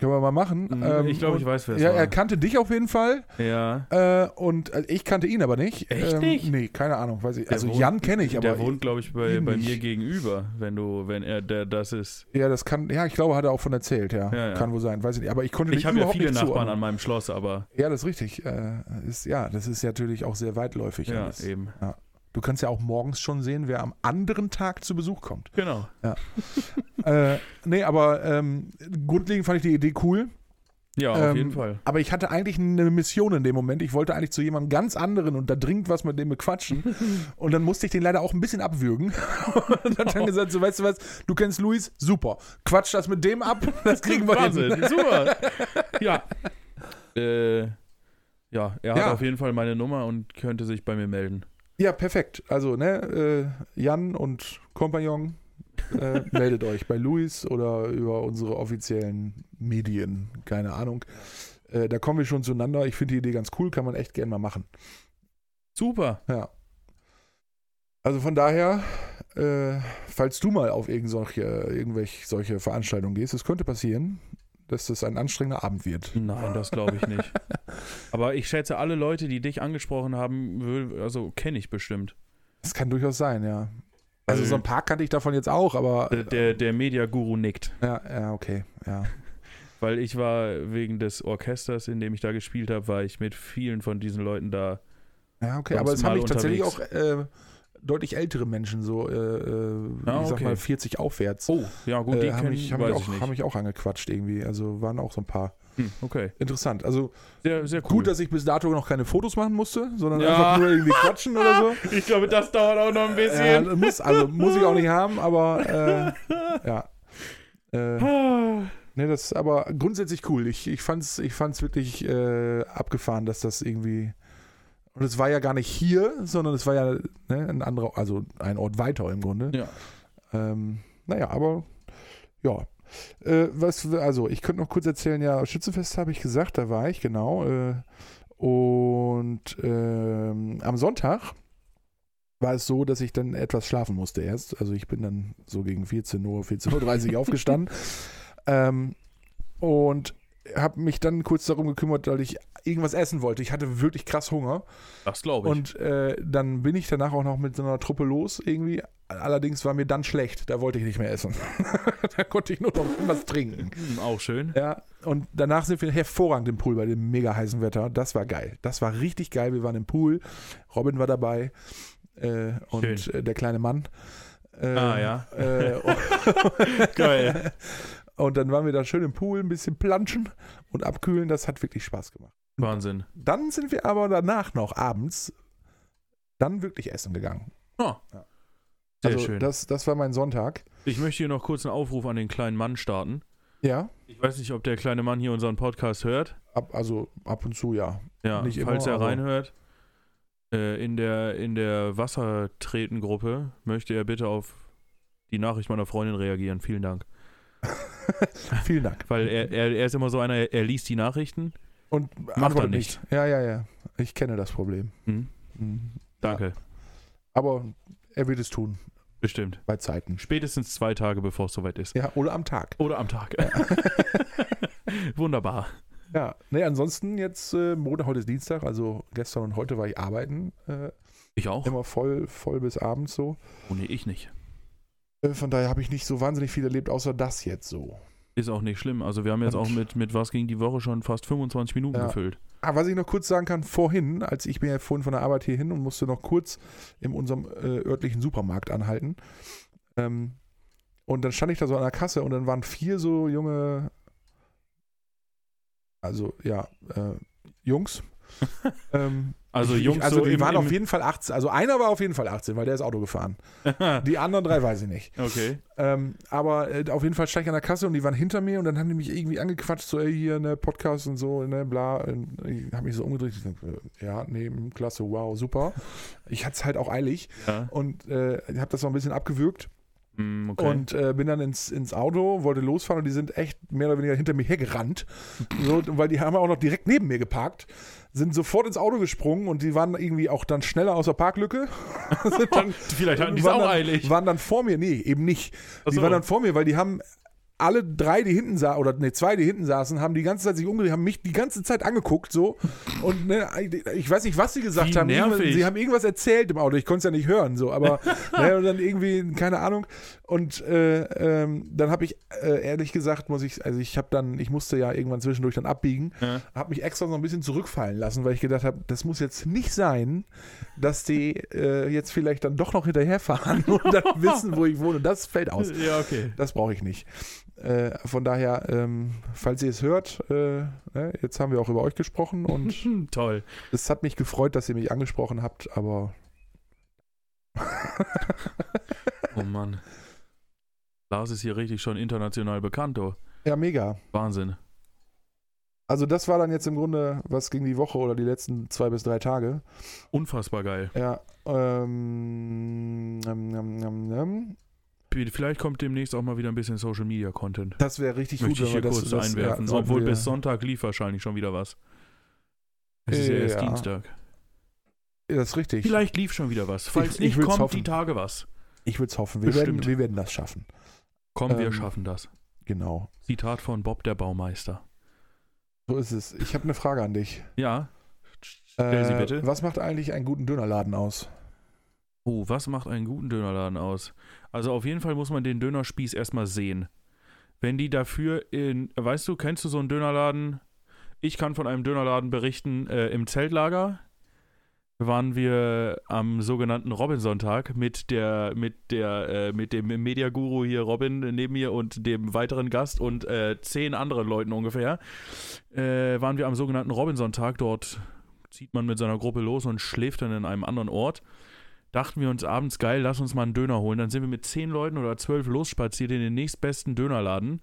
[SPEAKER 1] Können wir mal machen. Ähm,
[SPEAKER 2] ich glaube,
[SPEAKER 1] und-
[SPEAKER 2] ich weiß, wer es
[SPEAKER 1] ja,
[SPEAKER 2] war.
[SPEAKER 1] er kannte dich auf jeden Fall
[SPEAKER 2] ja.
[SPEAKER 1] äh, und äh, ich kannte ihn aber nicht. Ähm,
[SPEAKER 2] Echt nicht?
[SPEAKER 1] Nee, keine Ahnung. Weiß ich.
[SPEAKER 2] Der
[SPEAKER 1] Also
[SPEAKER 2] wohnt-
[SPEAKER 1] Jan kenne ich, aber
[SPEAKER 2] der wohnt, glaube ich, bei,
[SPEAKER 1] ihn
[SPEAKER 2] bei
[SPEAKER 1] nicht.
[SPEAKER 2] mir gegenüber, wenn du, wenn er der das ist.
[SPEAKER 1] ja, das kann, ja, ich glaube, hat er auch von erzählt, ja.
[SPEAKER 2] Ja, ja.
[SPEAKER 1] Kann wohl sein, weiß ich nicht. Aber ich konnte dich
[SPEAKER 2] Ich habe ja
[SPEAKER 1] überhaupt
[SPEAKER 2] viele
[SPEAKER 1] nicht
[SPEAKER 2] Nachbarn
[SPEAKER 1] zuordnen.
[SPEAKER 2] an meinem Schloss, aber
[SPEAKER 1] Ja, das ist richtig. Äh, ist, ja, das ist natürlich auch sehr weitläufig.
[SPEAKER 2] ja, eh.
[SPEAKER 1] alles.
[SPEAKER 2] eben.
[SPEAKER 1] Du kannst ja auch morgens schon sehen, wer am anderen Tag zu Besuch kommt.
[SPEAKER 2] Genau.
[SPEAKER 1] äh, nee, aber ähm, grundlegend fand ich die Idee cool.
[SPEAKER 2] Ja, auf
[SPEAKER 1] Ähm,
[SPEAKER 2] jeden Fall.
[SPEAKER 1] Aber ich hatte eigentlich eine Mission in dem Moment. Ich wollte eigentlich zu jemandem ganz anderen und da dringend was mit dem bequatschen. Und dann musste ich den leider auch ein bisschen abwürgen. Und hat dann gesagt: So, weißt du was, du kennst Luis, super. Quatsch das mit dem ab, das kriegen wir hin.
[SPEAKER 2] Wahnsinn, super. ja. Äh, ja, er hat
[SPEAKER 1] Ja.
[SPEAKER 2] auf jeden Fall meine Nummer und könnte sich bei mir melden.
[SPEAKER 1] Ja, perfekt. Also, ne, äh, Jan und Kompagnon, äh, meldet euch bei Luis oder über unsere offiziellen Medien. Keine Ahnung. Äh, da kommen wir schon zueinander. Ich finde die Idee ganz cool, kann man echt gerne mal machen.
[SPEAKER 2] Super.
[SPEAKER 1] Äh, Also von daher, äh, falls du mal auf irgendwelche, irgendwelche solche Veranstaltungen gehst, es könnte passieren, dass das ein anstrengender Abend wird.
[SPEAKER 2] Nein, das glaube ich nicht. Aber ich schätze, alle Leute, die dich angesprochen haben, wür- also kenne ich bestimmt.
[SPEAKER 1] Das kann durchaus sein, ja. Also
[SPEAKER 2] Äh,
[SPEAKER 1] so ein paar kannte ich davon jetzt auch, aber.
[SPEAKER 2] Der, der, der Media-Guru nickt.
[SPEAKER 1] ja, ja, okay. Ja.
[SPEAKER 2] Weil ich war wegen des Orchesters, in dem ich da gespielt habe, war ich mit vielen von diesen Leuten da.
[SPEAKER 1] Ja, okay,
[SPEAKER 2] Sonst
[SPEAKER 1] aber es haben
[SPEAKER 2] mal
[SPEAKER 1] mich tatsächlich auch äh, deutlich ältere Menschen, so, äh, äh,
[SPEAKER 2] Ah,
[SPEAKER 1] ich sag
[SPEAKER 2] okay.
[SPEAKER 1] mal, 40 aufwärts.
[SPEAKER 2] Oh, ja gut, die
[SPEAKER 1] äh, haben,
[SPEAKER 2] kennen
[SPEAKER 1] mich, haben, mich
[SPEAKER 2] weiß
[SPEAKER 1] auch,
[SPEAKER 2] ich
[SPEAKER 1] haben
[SPEAKER 2] nicht.
[SPEAKER 1] mich auch angequatscht irgendwie. Also waren auch so ein paar.
[SPEAKER 2] Hm, okay,
[SPEAKER 1] Interessant. Also
[SPEAKER 2] sehr, sehr cool.
[SPEAKER 1] gut, dass ich bis dato noch keine Fotos machen musste, sondern
[SPEAKER 2] Ja.
[SPEAKER 1] einfach nur irgendwie quatschen oder so.
[SPEAKER 2] ich glaube, das dauert auch noch ein
[SPEAKER 1] Ja, muss, also muss ich auch nicht haben, aber äh, ja. Äh,
[SPEAKER 2] Ah.
[SPEAKER 1] ne, das ist aber grundsätzlich cool. Ich, ich fand es ich fand's wirklich äh, abgefahren, dass das irgendwie. Und es war ja gar nicht hier, sondern es war ja ne, ein anderer, also ein Ort weiter im Grunde.
[SPEAKER 2] Ja.
[SPEAKER 1] Ähm, naja, aber ja. Äh, was, also, ich könnte noch kurz erzählen, ja, Schützenfest habe ich gesagt, da war ich, genau. Äh, und ähm, am Sonntag war es so, dass ich dann etwas schlafen musste erst. Also ich bin dann so gegen 14 Uhr, 14.30 Uhr aufgestanden. Ähm, und habe mich dann kurz darum gekümmert, weil ich irgendwas essen wollte. Ich hatte wirklich krass Hunger.
[SPEAKER 2] Das glaube ich.
[SPEAKER 1] Und äh, dann bin ich danach auch noch mit so einer Truppe los irgendwie. Allerdings war mir dann schlecht. Da wollte ich nicht mehr essen. da konnte ich nur noch was trinken.
[SPEAKER 2] Hm, auch schön.
[SPEAKER 1] Ja, und danach sind wir hervorragend im Pool bei dem mega heißen Wetter. Das war geil. Das war richtig geil. Wir waren im Pool. Robin war dabei. Äh, und
[SPEAKER 2] Schön.
[SPEAKER 1] äh, der kleine Mann. Äh,
[SPEAKER 2] Ah, ja.
[SPEAKER 1] Äh,
[SPEAKER 2] Geil.
[SPEAKER 1] und dann waren wir da schön im Pool, ein bisschen planschen und abkühlen. Das hat wirklich Spaß gemacht.
[SPEAKER 2] Wahnsinn.
[SPEAKER 1] Dann sind wir aber danach noch abends dann wirklich essen gegangen.
[SPEAKER 2] Ah.
[SPEAKER 1] Ja.
[SPEAKER 2] Sehr
[SPEAKER 1] also
[SPEAKER 2] schön.
[SPEAKER 1] Das, das war mein Sonntag.
[SPEAKER 2] Ich möchte hier noch kurz einen Aufruf an den kleinen Mann starten.
[SPEAKER 1] Ja,
[SPEAKER 2] Ich weiß nicht, ob der kleine Mann hier unseren Podcast hört.
[SPEAKER 1] ab, also ab und zu ja.
[SPEAKER 2] Ja,
[SPEAKER 1] Nicht
[SPEAKER 2] falls
[SPEAKER 1] immer,
[SPEAKER 2] er
[SPEAKER 1] aber-
[SPEAKER 2] reinhört, äh, in der, in der Wassertreten-Gruppe möchte er bitte auf die Nachricht meiner Freundin reagieren. Vielen Dank.
[SPEAKER 1] Vielen Dank.
[SPEAKER 2] Weil er, er, er ist immer so einer, er, er liest die Nachrichten.
[SPEAKER 1] Und
[SPEAKER 2] er
[SPEAKER 1] antwortet
[SPEAKER 2] nicht.
[SPEAKER 1] Ja, ja, ja. Ich kenne das Problem.
[SPEAKER 2] Hm,
[SPEAKER 1] Mhm.
[SPEAKER 2] danke,
[SPEAKER 1] Aber er wird es tun,
[SPEAKER 2] bestimmt.
[SPEAKER 1] bei Zeiten.
[SPEAKER 2] Spätestens zwei Tage, bevor es soweit ist.
[SPEAKER 1] Ja, oder am Tag.
[SPEAKER 2] Oder am Tag. Wunderbar.
[SPEAKER 1] Ja, nee, ansonsten jetzt äh, Montag, heute ist Dienstag, also gestern und heute war ich arbeiten. Äh,
[SPEAKER 2] Ich auch?
[SPEAKER 1] immer voll, voll bis abends so.
[SPEAKER 2] Oh, nee, ich nicht.
[SPEAKER 1] Äh, von daher habe ich nicht so wahnsinnig viel erlebt, außer das jetzt so.
[SPEAKER 2] Ist auch nicht schlimm. Also wir haben jetzt
[SPEAKER 1] Und-
[SPEAKER 2] auch mit, mit was ging die Woche schon fast 25 Minuten
[SPEAKER 1] Ja.
[SPEAKER 2] gefüllt.
[SPEAKER 1] Ah, was ich noch kurz sagen kann, vorhin, als ich bin ja vorhin von der Arbeit hier hin und musste noch kurz in unserem äh, örtlichen Supermarkt anhalten. Ähm, und dann stand ich da so an der Kasse und dann waren vier so junge, also ja, äh, Jungs. ähm,
[SPEAKER 2] Also
[SPEAKER 1] ich,
[SPEAKER 2] Jungs,
[SPEAKER 1] ich, also
[SPEAKER 2] so
[SPEAKER 1] die
[SPEAKER 2] im,
[SPEAKER 1] waren
[SPEAKER 2] im,
[SPEAKER 1] auf jeden Fall 18. Also einer war auf jeden Fall 18, weil der ist Auto gefahren. Die anderen drei weiß ich nicht.
[SPEAKER 2] okay.
[SPEAKER 1] Ähm, aber äh, auf jeden Fall stand ich an der Kasse und die waren hinter mir und dann haben die mich irgendwie angequatscht, so, ey, hier, ne, Podcast und so, ne, bla. Und ich habe mich so umgedreht. Ich denk, äh, ja, nee, mm, klasse, wow, super. Ich hatte es halt auch eilig
[SPEAKER 2] Ja.
[SPEAKER 1] und äh, habe das noch ein bisschen abgewürgt
[SPEAKER 2] Hm, okay.
[SPEAKER 1] und äh, bin dann ins, ins Auto, wollte losfahren und die sind echt mehr oder weniger hinter mir hergerannt. so, weil die haben auch noch direkt neben mir geparkt, sind sofort ins Auto gesprungen und die waren irgendwie auch dann schneller aus der Parklücke. sind dann
[SPEAKER 2] Vielleicht hatten die es
[SPEAKER 1] waren
[SPEAKER 2] auch
[SPEAKER 1] dann,
[SPEAKER 2] eilig.
[SPEAKER 1] Waren dann vor mir, nee, eben nicht.
[SPEAKER 2] Ach
[SPEAKER 1] Die
[SPEAKER 2] so.
[SPEAKER 1] waren dann vor mir, weil die haben alle drei, die hinten saßen, oder nee, zwei, die hinten saßen, haben die ganze Zeit sich umgedreht, haben mich die ganze Zeit angeguckt, so. Und ne, ich weiß nicht, was sie gesagt
[SPEAKER 2] Wie
[SPEAKER 1] haben.
[SPEAKER 2] nervig.
[SPEAKER 1] Irgendwas- Sie haben irgendwas erzählt im Auto, ich konnte es ja nicht hören, so. Aber ne, und dann irgendwie, keine Ahnung. Und äh, ähm, dann habe ich, äh, ehrlich gesagt, muss ich, also ich habe dann, ich musste ja irgendwann zwischendurch dann abbiegen,
[SPEAKER 2] Ja.
[SPEAKER 1] habe mich extra so ein bisschen zurückfallen lassen, weil ich gedacht habe, das muss jetzt nicht sein, dass die äh, jetzt vielleicht dann doch noch hinterherfahren und dann wissen, wo ich wohne. Das fällt aus.
[SPEAKER 2] Ja, okay.
[SPEAKER 1] Das brauche ich nicht. Äh, von daher, ähm, falls ihr es hört, äh, ne, jetzt haben wir auch über euch gesprochen und
[SPEAKER 2] Hm, Toll.
[SPEAKER 1] es hat mich gefreut, dass ihr mich angesprochen habt, aber
[SPEAKER 2] Oh Mann. Lars ist hier richtig schon international bekannt, oh.
[SPEAKER 1] ja, mega.
[SPEAKER 2] Wahnsinn.
[SPEAKER 1] Also das war dann jetzt im Grunde, was ging die Woche oder die letzten zwei bis drei Tage.
[SPEAKER 2] Unfassbar geil.
[SPEAKER 1] Ja, ähm, ähm, ähm, ähm, ähm.
[SPEAKER 2] Vielleicht kommt demnächst auch mal wieder ein bisschen Social Media Content.
[SPEAKER 1] das wäre richtig
[SPEAKER 2] Möchte
[SPEAKER 1] gut,
[SPEAKER 2] ich hier
[SPEAKER 1] wenn wir das,
[SPEAKER 2] kurz
[SPEAKER 1] das
[SPEAKER 2] einwerfen.
[SPEAKER 1] ja, sollten
[SPEAKER 2] Obwohl
[SPEAKER 1] wir,
[SPEAKER 2] bis Sonntag lief wahrscheinlich schon wieder was. Es ist ja erst
[SPEAKER 1] Ja.
[SPEAKER 2] Dienstag.
[SPEAKER 1] Das ist richtig.
[SPEAKER 2] Vielleicht lief schon wieder was. Falls
[SPEAKER 1] ich
[SPEAKER 2] nicht,
[SPEAKER 1] will's
[SPEAKER 2] kommt
[SPEAKER 1] hoffen.
[SPEAKER 2] die Tage was.
[SPEAKER 1] Ich würde es hoffen. Wir werden,
[SPEAKER 2] Bestimmt.
[SPEAKER 1] wir werden das schaffen.
[SPEAKER 2] Komm, wir
[SPEAKER 1] Ähm.
[SPEAKER 2] schaffen das.
[SPEAKER 1] Genau.
[SPEAKER 2] Zitat von Bob der Baumeister.
[SPEAKER 1] So ist es. Ich habe eine Frage an dich.
[SPEAKER 2] Ja. Stell sie
[SPEAKER 1] Äh,
[SPEAKER 2] bitte.
[SPEAKER 1] Was macht eigentlich einen guten Dönerladen aus?
[SPEAKER 2] Oh, was macht einen guten Dönerladen aus? Also auf jeden Fall muss man den Dönerspieß erstmal sehen. Wenn die dafür in, weißt du, kennst du so einen Dönerladen? Ich kann von einem Dönerladen berichten, äh, im Zeltlager waren wir am sogenannten Robinson-Tag mit der, mit der, äh, mit dem Mediaguru hier Robin neben mir und dem weiteren Gast und äh, zehn anderen Leuten ungefähr, äh, waren wir am sogenannten Robinson-Tag. Dort zieht man mit seiner Gruppe los und schläft dann in einem anderen Ort dachten wir uns abends, geil, lass uns mal einen Döner holen. Dann sind wir mit zehn Leuten oder zwölf losspaziert in den nächstbesten Dönerladen.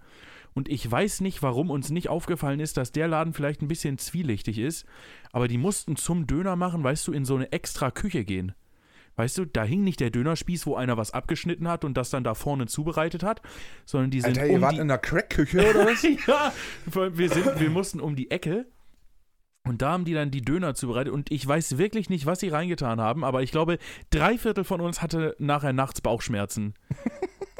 [SPEAKER 2] Und ich weiß nicht, warum uns nicht aufgefallen ist, dass der Laden vielleicht ein bisschen zwielichtig ist, aber die mussten zum Döner machen, weißt du, in so eine extra Küche gehen. Weißt du, da hing nicht der Dönerspieß, wo einer was abgeschnitten hat und das dann da vorne zubereitet hat, sondern die sind
[SPEAKER 1] Alter, ihr
[SPEAKER 2] um
[SPEAKER 1] wart
[SPEAKER 2] die
[SPEAKER 1] in einer Crackküche oder was?
[SPEAKER 2] ja, weil wir, sind, wir mussten um die Ecke. Und da haben die dann die Döner zubereitet. Und ich weiß wirklich nicht, was sie reingetan haben, aber ich glaube, drei Viertel von uns hatte nachher nachts Bauchschmerzen.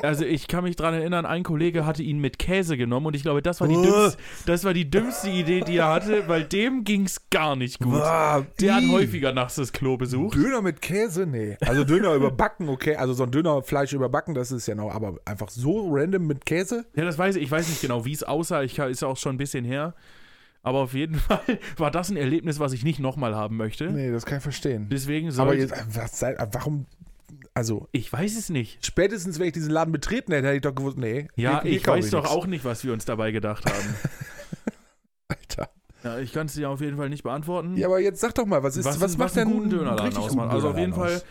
[SPEAKER 2] Also ich kann mich dran erinnern, ein Kollege hatte ihn mit Käse genommen und ich glaube, das war die,
[SPEAKER 1] Uh.
[SPEAKER 2] dümmste, das war die dümmste Idee, die er hatte, weil dem ging's gar nicht gut.
[SPEAKER 1] Boah,
[SPEAKER 2] Der hat
[SPEAKER 1] ii.
[SPEAKER 2] häufiger nachts das Klo besucht.
[SPEAKER 1] Döner mit Käse? Nee. Also Döner überbacken, okay. Also so ein Dönerfleisch überbacken, das ist ja noch, aber einfach so random mit Käse?
[SPEAKER 2] Ja, das weiß ich. Ich weiß nicht genau, wie es aussah. Ich, ist auch schon ein bisschen her. Aber auf jeden Fall war das ein Erlebnis, was ich nicht nochmal haben möchte.
[SPEAKER 1] Nee, das kann ich verstehen.
[SPEAKER 2] Deswegen soll
[SPEAKER 1] aber jetzt, äh, was, sei- äh, warum, also
[SPEAKER 2] Ich weiß es nicht.
[SPEAKER 1] spätestens, wenn ich diesen Laden betreten hätte, hätte ich doch gewusst, nee.
[SPEAKER 2] Ja,
[SPEAKER 1] hier- hier
[SPEAKER 2] ich
[SPEAKER 1] kaufe
[SPEAKER 2] weiß doch
[SPEAKER 1] nichts.
[SPEAKER 2] auch nicht, was wir uns dabei gedacht haben.
[SPEAKER 1] Alter.
[SPEAKER 2] ja, ich kann es dir auf jeden Fall nicht beantworten.
[SPEAKER 1] Ja, aber jetzt sag doch mal, was ist,
[SPEAKER 2] was,
[SPEAKER 1] was, macht
[SPEAKER 2] was macht
[SPEAKER 1] denn
[SPEAKER 2] einen guten Dönerladen
[SPEAKER 1] richtig
[SPEAKER 2] aus?
[SPEAKER 1] guten
[SPEAKER 2] Mann? Also auf jeden
[SPEAKER 1] Dönerladen
[SPEAKER 2] Fall,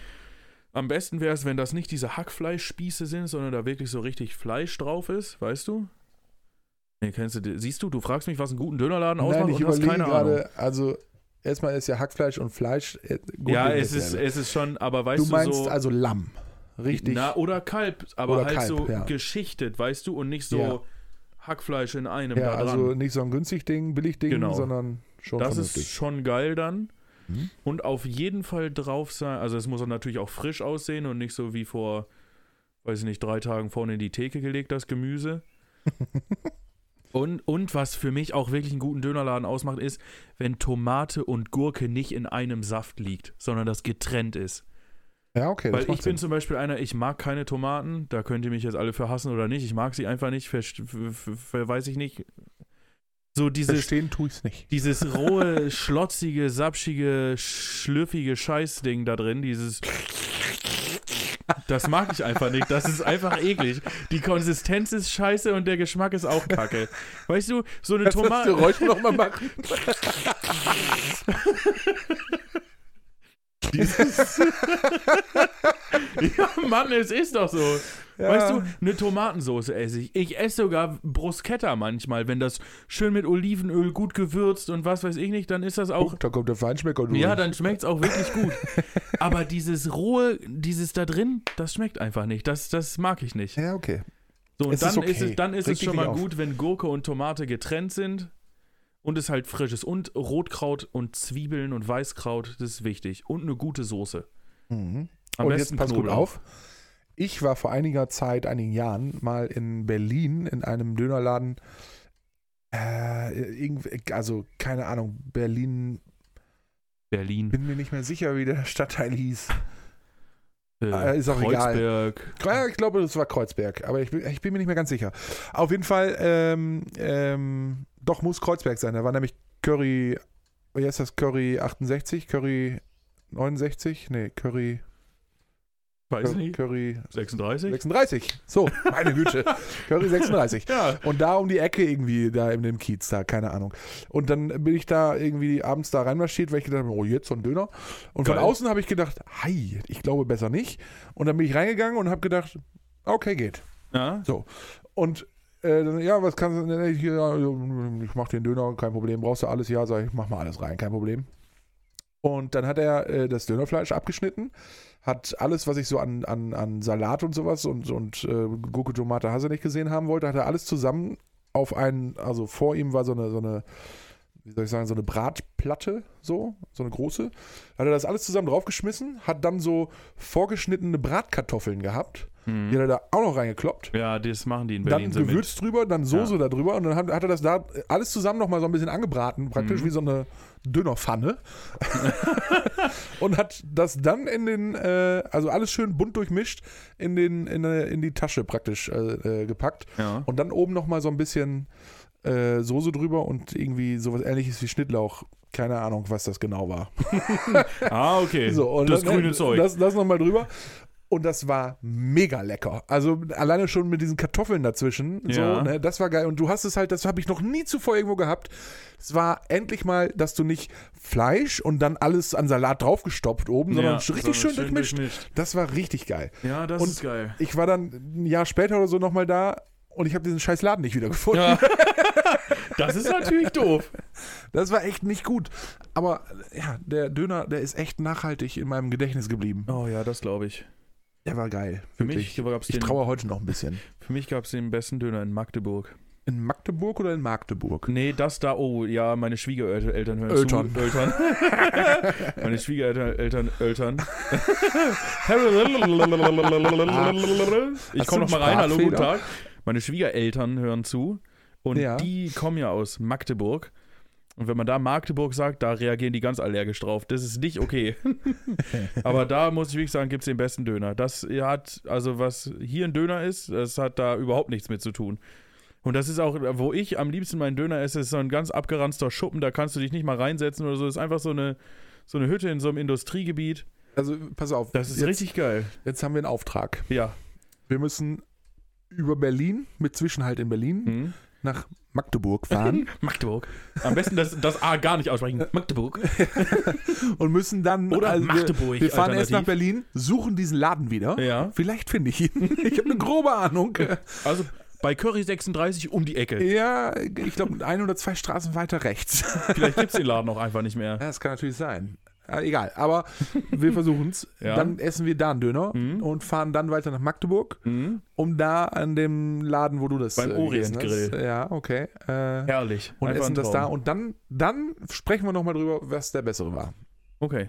[SPEAKER 2] am besten wäre es, wenn das nicht diese Hackfleischspieße sind, sondern da wirklich so richtig Fleisch drauf ist, weißt du? Nee, kennst du, die- siehst du, du fragst mich, was einen guten Dönerladen
[SPEAKER 1] aus?
[SPEAKER 2] ausmacht
[SPEAKER 1] Nein, ich
[SPEAKER 2] und hast
[SPEAKER 1] überlege
[SPEAKER 2] keine Ahnung.
[SPEAKER 1] gerade, also erstmal ist ja Hackfleisch und Fleisch äh, gut
[SPEAKER 2] ja,
[SPEAKER 1] in
[SPEAKER 2] es
[SPEAKER 1] der
[SPEAKER 2] ist,
[SPEAKER 1] Welt.
[SPEAKER 2] es ist schon, aber weißt
[SPEAKER 1] Du
[SPEAKER 2] du,
[SPEAKER 1] meinst
[SPEAKER 2] so,
[SPEAKER 1] also Lamm, richtig?
[SPEAKER 2] Na, oder Kalb, aber
[SPEAKER 1] Oder
[SPEAKER 2] halt
[SPEAKER 1] Kalb,
[SPEAKER 2] so
[SPEAKER 1] ja.
[SPEAKER 2] geschichtet, weißt du, und nicht so
[SPEAKER 1] Ja.
[SPEAKER 2] Hackfleisch in einem
[SPEAKER 1] ja,
[SPEAKER 2] da dran.
[SPEAKER 1] also nicht so ein günstig Ding, billig Ding,
[SPEAKER 2] Genau.
[SPEAKER 1] sondern schon
[SPEAKER 2] Das ist
[SPEAKER 1] vernünftig.
[SPEAKER 2] schon geil dann.
[SPEAKER 1] Mhm.
[SPEAKER 2] Und auf jeden Fall drauf sein, also es muss dann natürlich auch frisch aussehen und nicht so wie vor, weiß ich nicht, drei Tagen vorne in die Theke gelegt, das Gemüse. und, und was für mich auch wirklich einen guten Dönerladen ausmacht, ist, wenn Tomate und Gurke nicht in einem Saft liegt, sondern das getrennt ist.
[SPEAKER 1] ja, okay, das
[SPEAKER 2] Weil
[SPEAKER 1] macht
[SPEAKER 2] ich bin
[SPEAKER 1] Sinn.
[SPEAKER 2] zum Beispiel einer, ich mag keine Tomaten, da könnt ihr mich jetzt alle für hassen oder nicht, ich mag sie einfach nicht, verst- f- f- f- weiß ich nicht. So dieses
[SPEAKER 1] Verstehen tue ich es nicht.
[SPEAKER 2] dieses rohe, schlotzige, sapschige, schlürfige Scheißding da drin, dieses das mag ich einfach nicht. Das ist einfach eklig. Die Konsistenz ist scheiße und der Geschmack ist auch kacke. Weißt du, so eine
[SPEAKER 1] das
[SPEAKER 2] Tomate.
[SPEAKER 1] Geräusch nochmal machen?
[SPEAKER 2] Ja, Mann, es ist doch so.
[SPEAKER 1] Ja.
[SPEAKER 2] Weißt du, eine Tomatensoße esse ich. Ich esse sogar Bruschetta manchmal, wenn das schön mit Olivenöl gut gewürzt und was weiß ich nicht, dann ist das auch
[SPEAKER 1] Guck, Oh, da kommt der Feinschmecker durch.
[SPEAKER 2] Ja, dann schmeckt es auch wirklich gut. Aber dieses rohe, dieses da drin, das schmeckt einfach nicht. Das, das mag ich nicht.
[SPEAKER 1] ja, okay.
[SPEAKER 2] So, und
[SPEAKER 1] Es
[SPEAKER 2] dann
[SPEAKER 1] ist
[SPEAKER 2] ist,
[SPEAKER 1] okay.
[SPEAKER 2] es, dann ist
[SPEAKER 1] Reg
[SPEAKER 2] es
[SPEAKER 1] dich
[SPEAKER 2] schon
[SPEAKER 1] nicht
[SPEAKER 2] mal
[SPEAKER 1] auf.
[SPEAKER 2] gut, wenn Gurke und Tomate getrennt sind und es halt frisch ist. Und Rotkraut und Zwiebeln und Weißkraut, das ist wichtig. Und eine gute Soße.
[SPEAKER 1] Mhm.
[SPEAKER 2] Am
[SPEAKER 1] und
[SPEAKER 2] besten
[SPEAKER 1] jetzt pass gut
[SPEAKER 2] Knoblauch.
[SPEAKER 1] auf. Ich war vor einiger Zeit, einigen Jahren, mal in Berlin in einem Dönerladen. Äh, irgendwie, also, keine Ahnung, Berlin,
[SPEAKER 2] Berlin,
[SPEAKER 1] bin mir nicht mehr sicher, wie der Stadtteil hieß.
[SPEAKER 2] äh,
[SPEAKER 1] Ah, ist auch egal.
[SPEAKER 2] Kreuzberg.
[SPEAKER 1] Ja, ich glaube, das war Kreuzberg, aber ich bin, ich bin mir nicht mehr ganz sicher. Auf jeden Fall, ähm, ähm, doch muss Kreuzberg sein. Da war nämlich Curry, wie heißt das? Curry 68, Curry 69, nee, Curry,
[SPEAKER 2] Weiß nicht.
[SPEAKER 1] Curry
[SPEAKER 2] 36?
[SPEAKER 1] 36. So, meine Güte, Curry 36.
[SPEAKER 2] Ja.
[SPEAKER 1] Und da um die Ecke irgendwie, da in dem Kiez, da, keine Ahnung. Und dann bin ich da irgendwie abends da reinmarschiert, weil ich gedacht habe, oh, jetzt so ein Döner. Und von
[SPEAKER 2] Geil.
[SPEAKER 1] außen habe ich gedacht, hi, ich glaube besser nicht. Und dann bin ich reingegangen und habe gedacht, okay, geht.
[SPEAKER 2] Ja.
[SPEAKER 1] Und äh, dann, ja, was kannst du denn? Ich, ja, ich mach den Döner, kein Problem, brauchst du alles? Ja, sag ich, ich, mach mal alles rein, kein Problem. Und dann hat er äh, das Dönerfleisch abgeschnitten, hat alles, was ich so an, an, an Salat und sowas und, und äh, Gurke, Tomate, Hase nicht gesehen haben wollte, hat er alles zusammen auf einen, also vor ihm war so eine, so eine wie soll ich sagen, so eine Bratplatte, so, so eine große. Hat er das alles zusammen draufgeschmissen, hat dann so vorgeschnittene Bratkartoffeln gehabt.
[SPEAKER 2] Mhm.
[SPEAKER 1] Die hat er da auch noch reingekloppt.
[SPEAKER 2] Ja, das machen die in
[SPEAKER 1] Dann
[SPEAKER 2] Berlin so mit.
[SPEAKER 1] Gewürz drüber, dann Soße da drüber und dann hat, hat er das da alles zusammen nochmal so ein bisschen angebraten, praktisch
[SPEAKER 2] Mhm.
[SPEAKER 1] wie so eine Dönerpfanne. und hat das dann in den, äh, also alles schön bunt durchmischt, in, den, in, äh, in die Tasche praktisch äh, äh, gepackt.
[SPEAKER 2] Ja.
[SPEAKER 1] Und dann oben nochmal so ein bisschen äh, Soße drüber und irgendwie sowas ähnliches wie Schnittlauch. Keine Ahnung, was das genau war.
[SPEAKER 2] Ah, okay.
[SPEAKER 1] So, und
[SPEAKER 2] das
[SPEAKER 1] dann-
[SPEAKER 2] grüne Zeug.
[SPEAKER 1] Das, das nochmal drüber. Und das war mega lecker. Also alleine schon mit diesen Kartoffeln dazwischen.
[SPEAKER 2] Ja.
[SPEAKER 1] So, ne, das war geil. Und du hast es halt, das habe ich noch nie zuvor irgendwo gehabt. Es war endlich mal, dass du nicht Fleisch und dann alles an Salat draufgestopft oben, sondern
[SPEAKER 2] Ja,
[SPEAKER 1] richtig
[SPEAKER 2] sondern
[SPEAKER 1] schön, durchmischt. Das war richtig geil.
[SPEAKER 2] Ja, das
[SPEAKER 1] Und-
[SPEAKER 2] ist geil.
[SPEAKER 1] Ich war dann ein Jahr später oder so nochmal da und ich habe diesen scheiß Laden nicht wiedergefunden.
[SPEAKER 2] Ja. Das ist natürlich doof.
[SPEAKER 1] Das war echt nicht gut. Aber ja, der Döner, der ist echt nachhaltig in meinem Gedächtnis geblieben.
[SPEAKER 2] Oh ja, das glaube ich.
[SPEAKER 1] Der war geil.
[SPEAKER 2] Für mich
[SPEAKER 1] Wirklich.
[SPEAKER 2] gab es
[SPEAKER 1] Ich
[SPEAKER 2] den,
[SPEAKER 1] traue heute noch ein bisschen.
[SPEAKER 2] für mich gab's den besten Döner in Magdeburg.
[SPEAKER 1] In Magdeburg oder in Magdeburg?
[SPEAKER 2] Nee, das da, oh ja, meine Schwiegereltern hören
[SPEAKER 1] Eltern.
[SPEAKER 2] zu. Eltern. meine Schwiegereltern, Eltern. ich
[SPEAKER 1] Hast
[SPEAKER 2] komme
[SPEAKER 1] du
[SPEAKER 2] noch mal rein, hallo, guten
[SPEAKER 1] Sprachfehler?
[SPEAKER 2] Tag. Meine Schwiegereltern hören zu und
[SPEAKER 1] Ja.
[SPEAKER 2] die kommen ja aus Magdeburg. Und wenn man da Magdeburg sagt, da reagieren die ganz allergisch drauf. Das ist nicht okay. Aber da muss ich wirklich sagen, gibt es den besten Döner. Das hat, also was hier ein Döner ist, das hat da überhaupt nichts mit zu tun. Und das ist auch, wo ich am liebsten meinen Döner esse, ist so ein ganz abgeranzter Schuppen, da kannst du dich nicht mal reinsetzen oder so. Das ist einfach so eine, so eine Hütte in so einem Industriegebiet.
[SPEAKER 1] Also, pass auf.
[SPEAKER 2] Das ist
[SPEAKER 1] jetzt,
[SPEAKER 2] richtig geil.
[SPEAKER 1] jetzt haben wir einen Auftrag.
[SPEAKER 2] Ja.
[SPEAKER 1] Wir müssen über Berlin, mit Zwischenhalt in Berlin,
[SPEAKER 2] Mhm.
[SPEAKER 1] nach Magdeburg fahren
[SPEAKER 2] Magdeburg. Am besten das, das A gar nicht aussprechen. Magdeburg.
[SPEAKER 1] und müssen dann. also
[SPEAKER 2] Oder
[SPEAKER 1] wir-
[SPEAKER 2] Magdeburg,
[SPEAKER 1] Wir fahren erst
[SPEAKER 2] alternativ.
[SPEAKER 1] nach Berlin, suchen diesen Laden wieder.
[SPEAKER 2] Ja.
[SPEAKER 1] Vielleicht finde ich ihn. Ich habe eine grobe Ahnung.
[SPEAKER 2] Also bei Curry 36 um die Ecke.
[SPEAKER 1] Ja, ich glaube, ein oder zwei Straßen weiter rechts.
[SPEAKER 2] Vielleicht gibt es den Laden auch einfach nicht mehr.
[SPEAKER 1] Ja, Das kann natürlich sein. Äh, Egal, aber wir versuchen es.
[SPEAKER 2] Ja.
[SPEAKER 1] Dann essen wir da einen Döner und fahren dann weiter nach Magdeburg,
[SPEAKER 2] Mhm.
[SPEAKER 1] um da an dem Laden, wo du das äh,
[SPEAKER 2] Beim
[SPEAKER 1] gegessen hast.
[SPEAKER 2] Orientgrill.
[SPEAKER 1] Ja, okay. Äh,
[SPEAKER 2] Herrlich.
[SPEAKER 1] und
[SPEAKER 2] Einfach
[SPEAKER 1] essen
[SPEAKER 2] ein
[SPEAKER 1] das da
[SPEAKER 2] Traum.
[SPEAKER 1] und dann, dann sprechen wir nochmal drüber, was der bessere war.
[SPEAKER 2] Okay.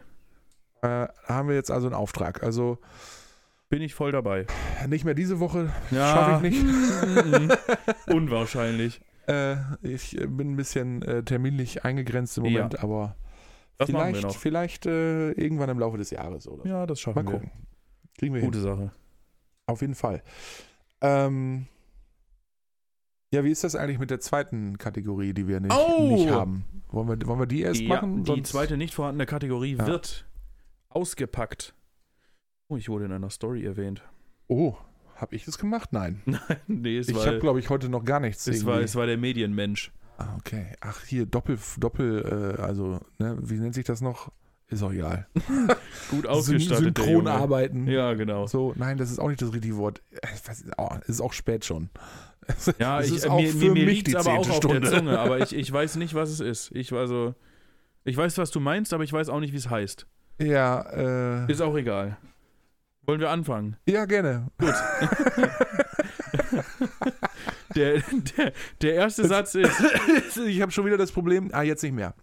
[SPEAKER 1] Äh, haben wir jetzt also einen Auftrag. Also
[SPEAKER 2] Bin ich voll dabei.
[SPEAKER 1] nicht mehr diese Woche,
[SPEAKER 2] Ja.
[SPEAKER 1] schaffe ich nicht. Mhm.
[SPEAKER 2] Unwahrscheinlich.
[SPEAKER 1] Äh, ich äh, bin ein bisschen äh, terminlich eingegrenzt im
[SPEAKER 2] Ja.
[SPEAKER 1] Moment, aber
[SPEAKER 2] Das machen wir
[SPEAKER 1] vielleicht,
[SPEAKER 2] noch.
[SPEAKER 1] vielleicht äh, irgendwann im Laufe des Jahres oder so.
[SPEAKER 2] Ja, das
[SPEAKER 1] Mal
[SPEAKER 2] schaffen wir.
[SPEAKER 1] gucken. Kriegen wir hin.
[SPEAKER 2] Gute Sache.
[SPEAKER 1] Auf jeden Fall. Ähm, ja, wie ist das eigentlich mit der zweiten Kategorie, die wir nicht,
[SPEAKER 2] Oh!
[SPEAKER 1] nicht haben? Wollen wir, wollen wir die erst machen?
[SPEAKER 2] die
[SPEAKER 1] Sonst-
[SPEAKER 2] zweite nicht vorhandene Kategorie
[SPEAKER 1] Ja.
[SPEAKER 2] wird ausgepackt. Oh, ich wurde in einer Story erwähnt.
[SPEAKER 1] Oh, habe ich das gemacht? Nein.
[SPEAKER 2] Nein, nee, es,
[SPEAKER 1] ich
[SPEAKER 2] war,
[SPEAKER 1] habe, glaube ich, heute noch gar nichts.
[SPEAKER 2] es, war,
[SPEAKER 1] irgendwie.
[SPEAKER 2] es war der Medienmensch.
[SPEAKER 1] Ah, okay. Ach, hier Doppel, Doppel, äh, also, ne, wie nennt sich das noch? Ist auch egal.
[SPEAKER 2] Gut
[SPEAKER 1] Syn-
[SPEAKER 2] ausgestattet. der
[SPEAKER 1] Synchron
[SPEAKER 2] Junge.
[SPEAKER 1] arbeiten.
[SPEAKER 2] Ja, genau.
[SPEAKER 1] So, nein, das ist auch nicht das richtige Wort. Äh, was- oh, Es ist auch spät schon.
[SPEAKER 2] Ja,
[SPEAKER 1] Es
[SPEAKER 2] ich,
[SPEAKER 1] ist
[SPEAKER 2] äh,
[SPEAKER 1] auch
[SPEAKER 2] mir,
[SPEAKER 1] für
[SPEAKER 2] mir, mir
[SPEAKER 1] mich
[SPEAKER 2] liegt's
[SPEAKER 1] die
[SPEAKER 2] aber auch
[SPEAKER 1] zehnte
[SPEAKER 2] auf der
[SPEAKER 1] Stunde.
[SPEAKER 2] Zunge, aber ich, ich weiß nicht, was es ist. Ich war so, ich weiß, was du meinst, aber ich weiß auch nicht, wie es heißt.
[SPEAKER 1] Ja, äh,
[SPEAKER 2] Ist auch egal. Wollen wir anfangen?
[SPEAKER 1] ja, gerne.
[SPEAKER 2] Der, der, der erste Satz ist.
[SPEAKER 1] Ich habe schon wieder das Problem. Ah, jetzt nicht mehr.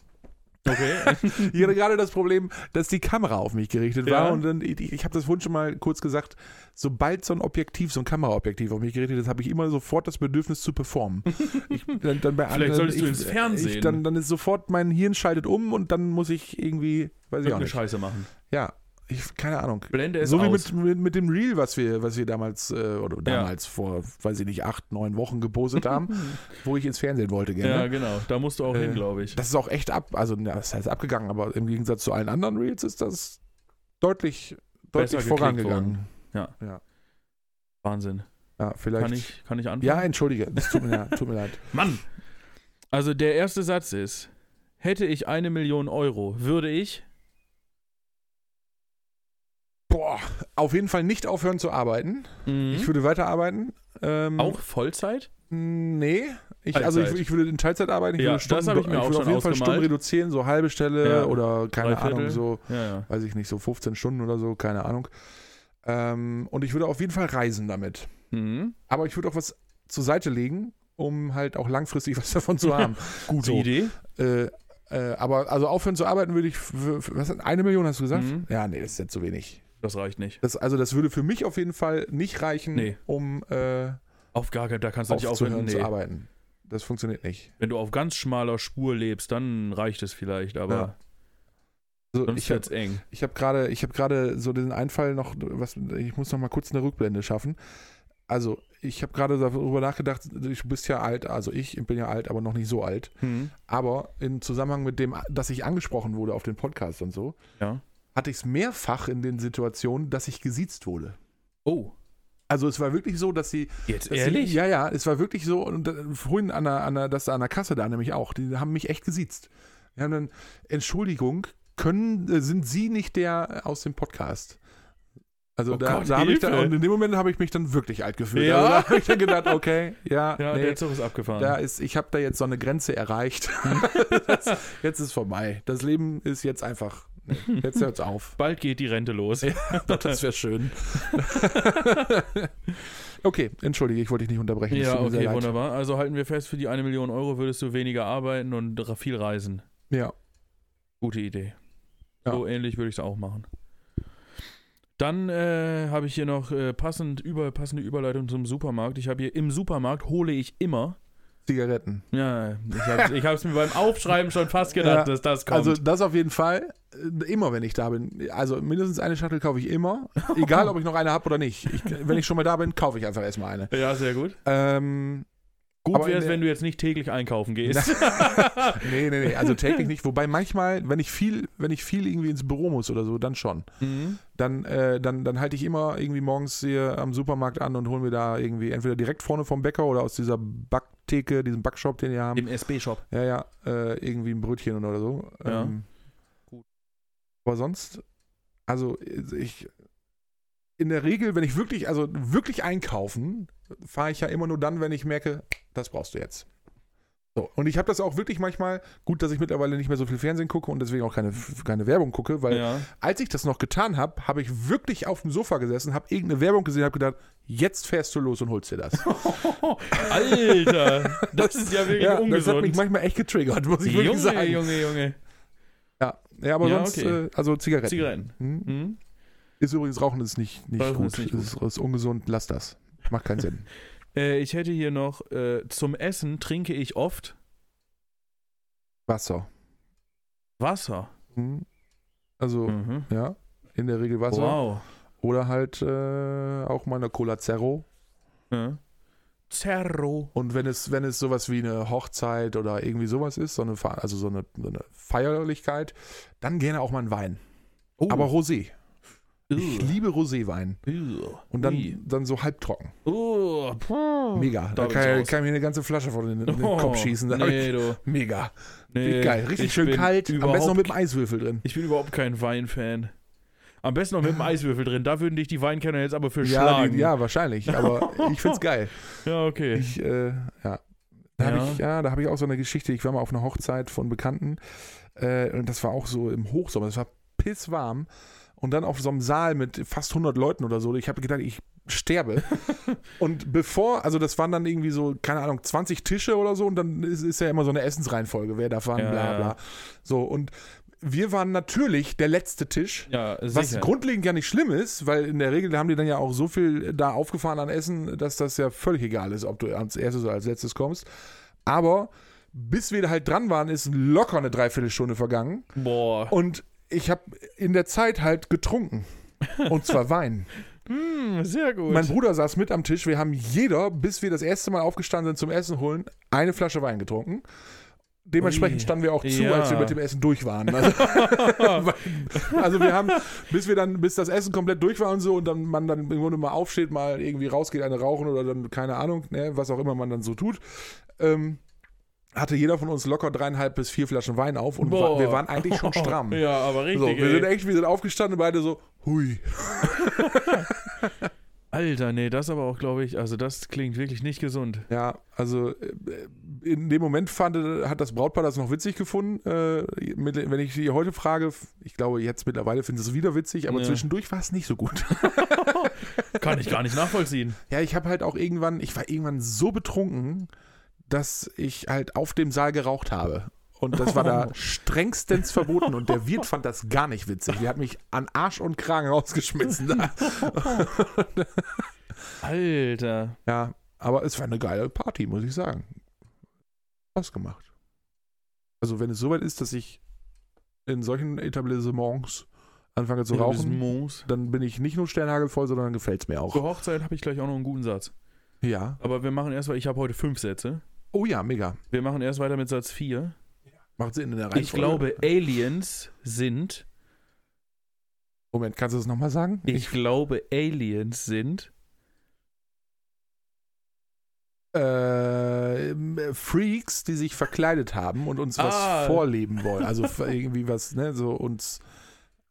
[SPEAKER 2] Okay.
[SPEAKER 1] Ich hatte gerade das Problem, dass die Kamera auf mich gerichtet war
[SPEAKER 2] Ja.
[SPEAKER 1] und dann, ich, ich habe das vorhin schon mal kurz gesagt, sobald so ein Objektiv, so ein Kameraobjektiv auf mich gerichtet ist, habe ich immer sofort das Bedürfnis zu performen. Ich, dann, dann bei anderen-
[SPEAKER 2] solltest du
[SPEAKER 1] ich,
[SPEAKER 2] ins Fernsehen.
[SPEAKER 1] Ich, dann, dann ist sofort mein Hirn schaltet um und dann muss ich irgendwie, weiß ich auch
[SPEAKER 2] Irgendeine
[SPEAKER 1] nicht.
[SPEAKER 2] Scheiße machen.
[SPEAKER 1] Ja, ich, keine Ahnung.
[SPEAKER 2] Blende es
[SPEAKER 1] So wie
[SPEAKER 2] aus.
[SPEAKER 1] mit, mit, mit dem Reel, was wir, was wir damals, äh, oder damals vor, weiß ich nicht, acht, neun Wochen gepostet haben, wo ich ins Fernsehen wollte gerne.
[SPEAKER 2] ja, genau. Da musst du auch
[SPEAKER 1] Äh,
[SPEAKER 2] hin, glaube ich.
[SPEAKER 1] Das ist auch echt ab, also na, das heißt abgegangen, aber im Gegensatz zu allen anderen Reels ist das deutlich,
[SPEAKER 2] Besser
[SPEAKER 1] deutlich
[SPEAKER 2] geklickt
[SPEAKER 1] vorangegangen.
[SPEAKER 2] Wahnsinn.
[SPEAKER 1] Ja, vielleicht.
[SPEAKER 2] Kann ich, kann ich anfangen?
[SPEAKER 1] ja, entschuldige, das tut mir, ja, tut mir leid.
[SPEAKER 2] Mann! Also der erste Satz ist, hätte ich eine Million Euro, würde ich...
[SPEAKER 1] Boah, auf jeden Fall nicht aufhören zu arbeiten.
[SPEAKER 2] Mhm.
[SPEAKER 1] Ich würde weiterarbeiten. Ähm,
[SPEAKER 2] auch Vollzeit?
[SPEAKER 1] Nee. Ich, also ich,
[SPEAKER 2] Teilzeit.
[SPEAKER 1] ich würde in Teilzeit arbeiten. Ich
[SPEAKER 2] Ja,
[SPEAKER 1] würde
[SPEAKER 2] das habe ich mir auch
[SPEAKER 1] würde
[SPEAKER 2] schon
[SPEAKER 1] auf jeden Fall Stunden
[SPEAKER 2] ausgemalt.
[SPEAKER 1] reduzieren, so halbe Stelle
[SPEAKER 2] Ja.
[SPEAKER 1] oder keine
[SPEAKER 2] Drei
[SPEAKER 1] Ahnung,
[SPEAKER 2] Viertel.
[SPEAKER 1] so,
[SPEAKER 2] Ja, ja.
[SPEAKER 1] weiß ich nicht, so 15 Stunden oder so, keine Ahnung. Ähm, und ich würde auf jeden Fall reisen damit.
[SPEAKER 2] Mhm.
[SPEAKER 1] Aber ich würde auch was zur Seite legen, um halt auch langfristig was davon zu haben. Gut
[SPEAKER 2] Gute Idee.
[SPEAKER 1] Äh, äh, aber also aufhören zu arbeiten würde ich, für, für, was, eine Million hast du gesagt?
[SPEAKER 2] Mhm.
[SPEAKER 1] Ja, nee, das ist jetzt zu wenig.
[SPEAKER 2] Das reicht nicht.
[SPEAKER 1] Das, also das würde für mich auf jeden Fall nicht reichen,
[SPEAKER 2] Nee.
[SPEAKER 1] um äh,
[SPEAKER 2] Auf gar keinen, da kannst du nicht aufhören.
[SPEAKER 1] aufzuhören zu
[SPEAKER 2] Nee.
[SPEAKER 1] arbeiten. Das funktioniert nicht.
[SPEAKER 2] Wenn du auf ganz schmaler Spur lebst, dann reicht es vielleicht, aber
[SPEAKER 1] Ja. Also
[SPEAKER 2] sonst
[SPEAKER 1] ich hab-
[SPEAKER 2] wird's eng.
[SPEAKER 1] Ich habe gerade, ich habe gerade so diesen Einfall noch, was, ich muss noch mal kurz eine Rückblende schaffen. Also ich habe gerade darüber nachgedacht, du bist ja alt, also ich bin ja alt, aber noch nicht so alt. Aber im Zusammenhang mit dem, dass ich angesprochen wurde auf den Podcast und so,
[SPEAKER 2] Ja.
[SPEAKER 1] hatte ich es mehrfach in den Situationen, dass ich gesiezt wurde.
[SPEAKER 2] Oh,
[SPEAKER 1] Also es war wirklich so, dass sie
[SPEAKER 2] jetzt
[SPEAKER 1] dass
[SPEAKER 2] ehrlich?
[SPEAKER 1] Sie, ja, ja, es war wirklich so. Und da- vorhin an der, an der, das an der Kasse da nämlich auch. Die haben mich echt gesiezt. Die haben dann, Entschuldigung, können, äh, sind Sie nicht der aus dem Podcast? Also
[SPEAKER 2] Oh
[SPEAKER 1] da,
[SPEAKER 2] Gott,
[SPEAKER 1] da habe ich
[SPEAKER 2] Hilfe.
[SPEAKER 1] dann, und in dem Moment habe ich mich dann wirklich alt gefühlt.
[SPEAKER 2] Ja.
[SPEAKER 1] Also da habe ich dann gedacht, okay, ja,
[SPEAKER 2] Ja,
[SPEAKER 1] nee,
[SPEAKER 2] der Zug ist abgefahren.
[SPEAKER 1] da ist, ich habe da jetzt so eine Grenze erreicht.
[SPEAKER 2] Hm.
[SPEAKER 1] das, jetzt ist vorbei. Das Leben ist jetzt einfach, nee, jetzt hört's auf.
[SPEAKER 2] Bald geht die Rente los.
[SPEAKER 1] Doch, das wäre schön. okay, entschuldige, ich wollte dich nicht unterbrechen. Es
[SPEAKER 2] Ja,
[SPEAKER 1] tut mir sehr
[SPEAKER 2] okay,
[SPEAKER 1] leid.
[SPEAKER 2] wunderbar. Also halten wir fest, für die eine Million Euro würdest du weniger arbeiten und ra- viel reisen.
[SPEAKER 1] Ja.
[SPEAKER 2] Gute Idee.
[SPEAKER 1] Ja.
[SPEAKER 2] So ähnlich würde ich es auch machen. Dann äh, habe ich hier noch äh, passend über, passende Überleitung zum Supermarkt. Ich habe hier im Supermarkt hole ich immer.
[SPEAKER 1] Zigaretten.
[SPEAKER 2] Ja, ich habe ich hab's mir beim Aufschreiben schon fast gedacht,
[SPEAKER 1] Ja,
[SPEAKER 2] dass das kommt.
[SPEAKER 1] Also das auf jeden Fall. äh, Immer wenn ich da bin. Also mindestens eine Schachtel kaufe ich immer. Egal, ob ich noch eine habe oder nicht. Ich, wenn ich schon mal da bin, kaufe ich einfach erstmal eine.
[SPEAKER 2] ja, sehr gut.
[SPEAKER 1] Ähm,
[SPEAKER 2] Gut
[SPEAKER 1] Aber in
[SPEAKER 2] wäre es,
[SPEAKER 1] der-
[SPEAKER 2] wenn du jetzt nicht täglich einkaufen gehst.
[SPEAKER 1] nee, nee, nee. Also täglich nicht. Wobei manchmal, wenn ich viel, wenn ich viel irgendwie ins Büro muss oder so, dann schon.
[SPEAKER 2] Mhm.
[SPEAKER 1] Dann, äh, dann, dann halte ich immer irgendwie morgens hier am Supermarkt an und holen wir da irgendwie entweder direkt vorne vom Bäcker oder aus dieser Backtheke, diesem Backshop, den wir haben.
[SPEAKER 2] Im SB-Shop.
[SPEAKER 1] Ja, ja, äh, irgendwie ein Brötchen oder so.
[SPEAKER 2] Ja.
[SPEAKER 1] Ähm,
[SPEAKER 2] Gut.
[SPEAKER 1] Aber sonst, also ich, in der Regel, wenn ich wirklich, also wirklich einkaufen, fahre ich ja immer nur dann, wenn ich merke, das brauchst du jetzt. So, und ich habe das auch wirklich manchmal, gut, dass ich mittlerweile nicht mehr so viel Fernsehen gucke und deswegen auch keine, keine Werbung gucke, weil
[SPEAKER 2] Ja.
[SPEAKER 1] als ich das noch getan habe, habe ich wirklich auf dem Sofa gesessen, habe irgendeine Werbung gesehen, habe gedacht, jetzt fährst du los und holst dir das.
[SPEAKER 2] Alter, das ist ja wirklich
[SPEAKER 1] ja,
[SPEAKER 2] ungesund.
[SPEAKER 1] das hat mich manchmal echt getriggert, muss ich wirklich
[SPEAKER 2] Junge,
[SPEAKER 1] sagen.
[SPEAKER 2] Junge, Junge.
[SPEAKER 1] Ja, ja aber
[SPEAKER 2] Ja,
[SPEAKER 1] sonst,
[SPEAKER 2] okay.
[SPEAKER 1] äh, also Zigaretten.
[SPEAKER 2] Zigaretten.
[SPEAKER 1] Hm?
[SPEAKER 2] Hm?
[SPEAKER 1] Ist übrigens, Rauchen ist nicht, nicht
[SPEAKER 2] Rauchen
[SPEAKER 1] gut.
[SPEAKER 2] ist
[SPEAKER 1] Ist,
[SPEAKER 2] nicht
[SPEAKER 1] Ist, ungesund, lass das. Macht keinen Sinn.
[SPEAKER 2] Äh, ich hätte hier noch, äh, zum Essen trinke ich oft
[SPEAKER 1] Wasser.
[SPEAKER 2] Wasser.
[SPEAKER 1] Hm? Also,
[SPEAKER 2] Mhm.
[SPEAKER 1] ja, in der Regel Wasser.
[SPEAKER 2] Wow.
[SPEAKER 1] Oder halt äh, auch mal eine Cola Zero.
[SPEAKER 2] Ja. Zerro.
[SPEAKER 1] Und wenn es, wenn es sowas wie eine Hochzeit oder irgendwie sowas ist, so eine, Ver- also so eine, so eine Feierlichkeit, dann gerne auch mal einen Wein.
[SPEAKER 2] Oh.
[SPEAKER 1] Aber Rosé. Ich
[SPEAKER 2] Ugh.
[SPEAKER 1] liebe Roséwein.
[SPEAKER 2] Ugh.
[SPEAKER 1] Und dann,
[SPEAKER 2] Uh. Ui.
[SPEAKER 1] dann so halbtrocken.
[SPEAKER 2] Oh. puh.
[SPEAKER 1] Mega. Da
[SPEAKER 2] Da bin
[SPEAKER 1] kann,
[SPEAKER 2] ich
[SPEAKER 1] ich-
[SPEAKER 2] raus.
[SPEAKER 1] kann ich mir eine ganze Flasche von in, den- in den
[SPEAKER 2] Oh,
[SPEAKER 1] Kopf schießen. Da hab ich-
[SPEAKER 2] Nee, du.
[SPEAKER 1] Mega.
[SPEAKER 2] Nee,
[SPEAKER 1] Geil, richtig
[SPEAKER 2] ich
[SPEAKER 1] schön
[SPEAKER 2] bin
[SPEAKER 1] kalt. Am besten noch
[SPEAKER 2] überhaupt
[SPEAKER 1] mit einem Eiswürfel drin.
[SPEAKER 2] Ich bin überhaupt kein Weinfan. Am besten noch mit einem Eiswürfel drin. Da würden dich die Weinkenner jetzt aber für
[SPEAKER 1] Ah. Ja,
[SPEAKER 2] schlagen.
[SPEAKER 1] die, ja, wahrscheinlich. Aber ich find's geil.
[SPEAKER 2] ja, okay.
[SPEAKER 1] Ich, äh, ja. Da
[SPEAKER 2] Ja.
[SPEAKER 1] habe ich, ja, da hab ich auch so eine Geschichte. Ich war mal auf einer Hochzeit von Bekannten äh, und das war auch so im Hochsommer. Es war pisswarm und dann auf so einem Saal mit fast 100 Leuten oder so. Ich habe gedacht, ich sterbe. und bevor, also das waren dann irgendwie so, keine Ahnung, 20 Tische oder so und dann ist, ist ja immer so eine Essensreihenfolge, wer da waren,
[SPEAKER 2] Ja, ja.
[SPEAKER 1] bla bla. So und wir waren natürlich der letzte Tisch.
[SPEAKER 2] Ja,
[SPEAKER 1] Was
[SPEAKER 2] sicher.
[SPEAKER 1] grundlegend ja nicht schlimm ist, weil in der Regel haben die dann ja auch so viel da aufgefahren an Essen, dass das ja völlig egal ist, ob du als erstes oder als letztes kommst. Aber bis wir halt dran waren, ist locker eine Dreiviertelstunde vergangen
[SPEAKER 2] Boah.
[SPEAKER 1] und ich habe in der Zeit halt getrunken. Und zwar Wein.
[SPEAKER 2] Hm, sehr gut.
[SPEAKER 1] Mein Bruder saß mit am Tisch. Wir haben jeder, bis wir das erste Mal aufgestanden sind zum Essen holen, eine Flasche Wein getrunken. Dementsprechend
[SPEAKER 2] Ui.
[SPEAKER 1] standen wir auch zu,
[SPEAKER 2] Ja.
[SPEAKER 1] als wir mit dem Essen durch waren. Also, also wir haben, bis wir dann, bis das Essen komplett durch war und so und dann man dann im Grunde mal aufsteht, mal irgendwie rausgeht, eine rauchen oder dann, keine Ahnung, ne, was auch immer man dann so tut, ähm, hatte jeder von uns locker dreieinhalb bis vier Flaschen Wein auf und
[SPEAKER 2] Boah.
[SPEAKER 1] wa- wir waren eigentlich schon stramm.
[SPEAKER 2] Ja, aber richtig.
[SPEAKER 1] so, wir sind
[SPEAKER 2] ey.
[SPEAKER 1] echt, wir sind aufgestanden und beide so, hui.
[SPEAKER 2] Alter, nee, das aber auch, glaube ich, also das klingt wirklich nicht gesund.
[SPEAKER 1] Ja, also äh, in dem Moment fand, hat das Brautpaar das noch witzig gefunden. Äh, mit, wenn ich sie heute frage, f- ich glaube jetzt mittlerweile finden sie es wieder witzig, aber
[SPEAKER 2] Ja.
[SPEAKER 1] zwischendurch war es nicht so gut.
[SPEAKER 2] Kann ich gar nicht nachvollziehen.
[SPEAKER 1] ja, ich habe halt auch irgendwann, ich war irgendwann so betrunken, dass ich halt auf dem Saal geraucht habe. Und das war
[SPEAKER 2] Oh.
[SPEAKER 1] da strengstens verboten und der Wirt fand das gar nicht witzig. Der hat mich an Arsch und Kragen rausgeschmissen. Da.
[SPEAKER 2] Alter.
[SPEAKER 1] Ja, aber es war eine geile Party, muss ich sagen. Spaß gemacht. Also wenn es soweit ist, dass ich in solchen Etablissements anfange zu rauchen,
[SPEAKER 2] Moos.
[SPEAKER 1] dann bin ich nicht nur sternhagelvoll, sondern dann gefällt es mir auch.
[SPEAKER 2] Zur Hochzeit habe ich gleich auch noch einen guten Satz.
[SPEAKER 1] Ja.
[SPEAKER 2] Aber wir machen erst, weil ich habe heute fünf Sätze.
[SPEAKER 1] Oh ja, mega.
[SPEAKER 2] Wir machen erst weiter mit Satz 4.
[SPEAKER 1] Macht Sinn in der Reihenfolge.
[SPEAKER 2] Ich glaube, Aliens sind.
[SPEAKER 1] Moment, kannst du das nochmal sagen?
[SPEAKER 2] Ich glaube, Aliens sind.
[SPEAKER 1] äh, Freaks, die sich verkleidet haben und uns
[SPEAKER 2] Ah.
[SPEAKER 1] was vorleben wollen. Also irgendwie was, ne, so uns.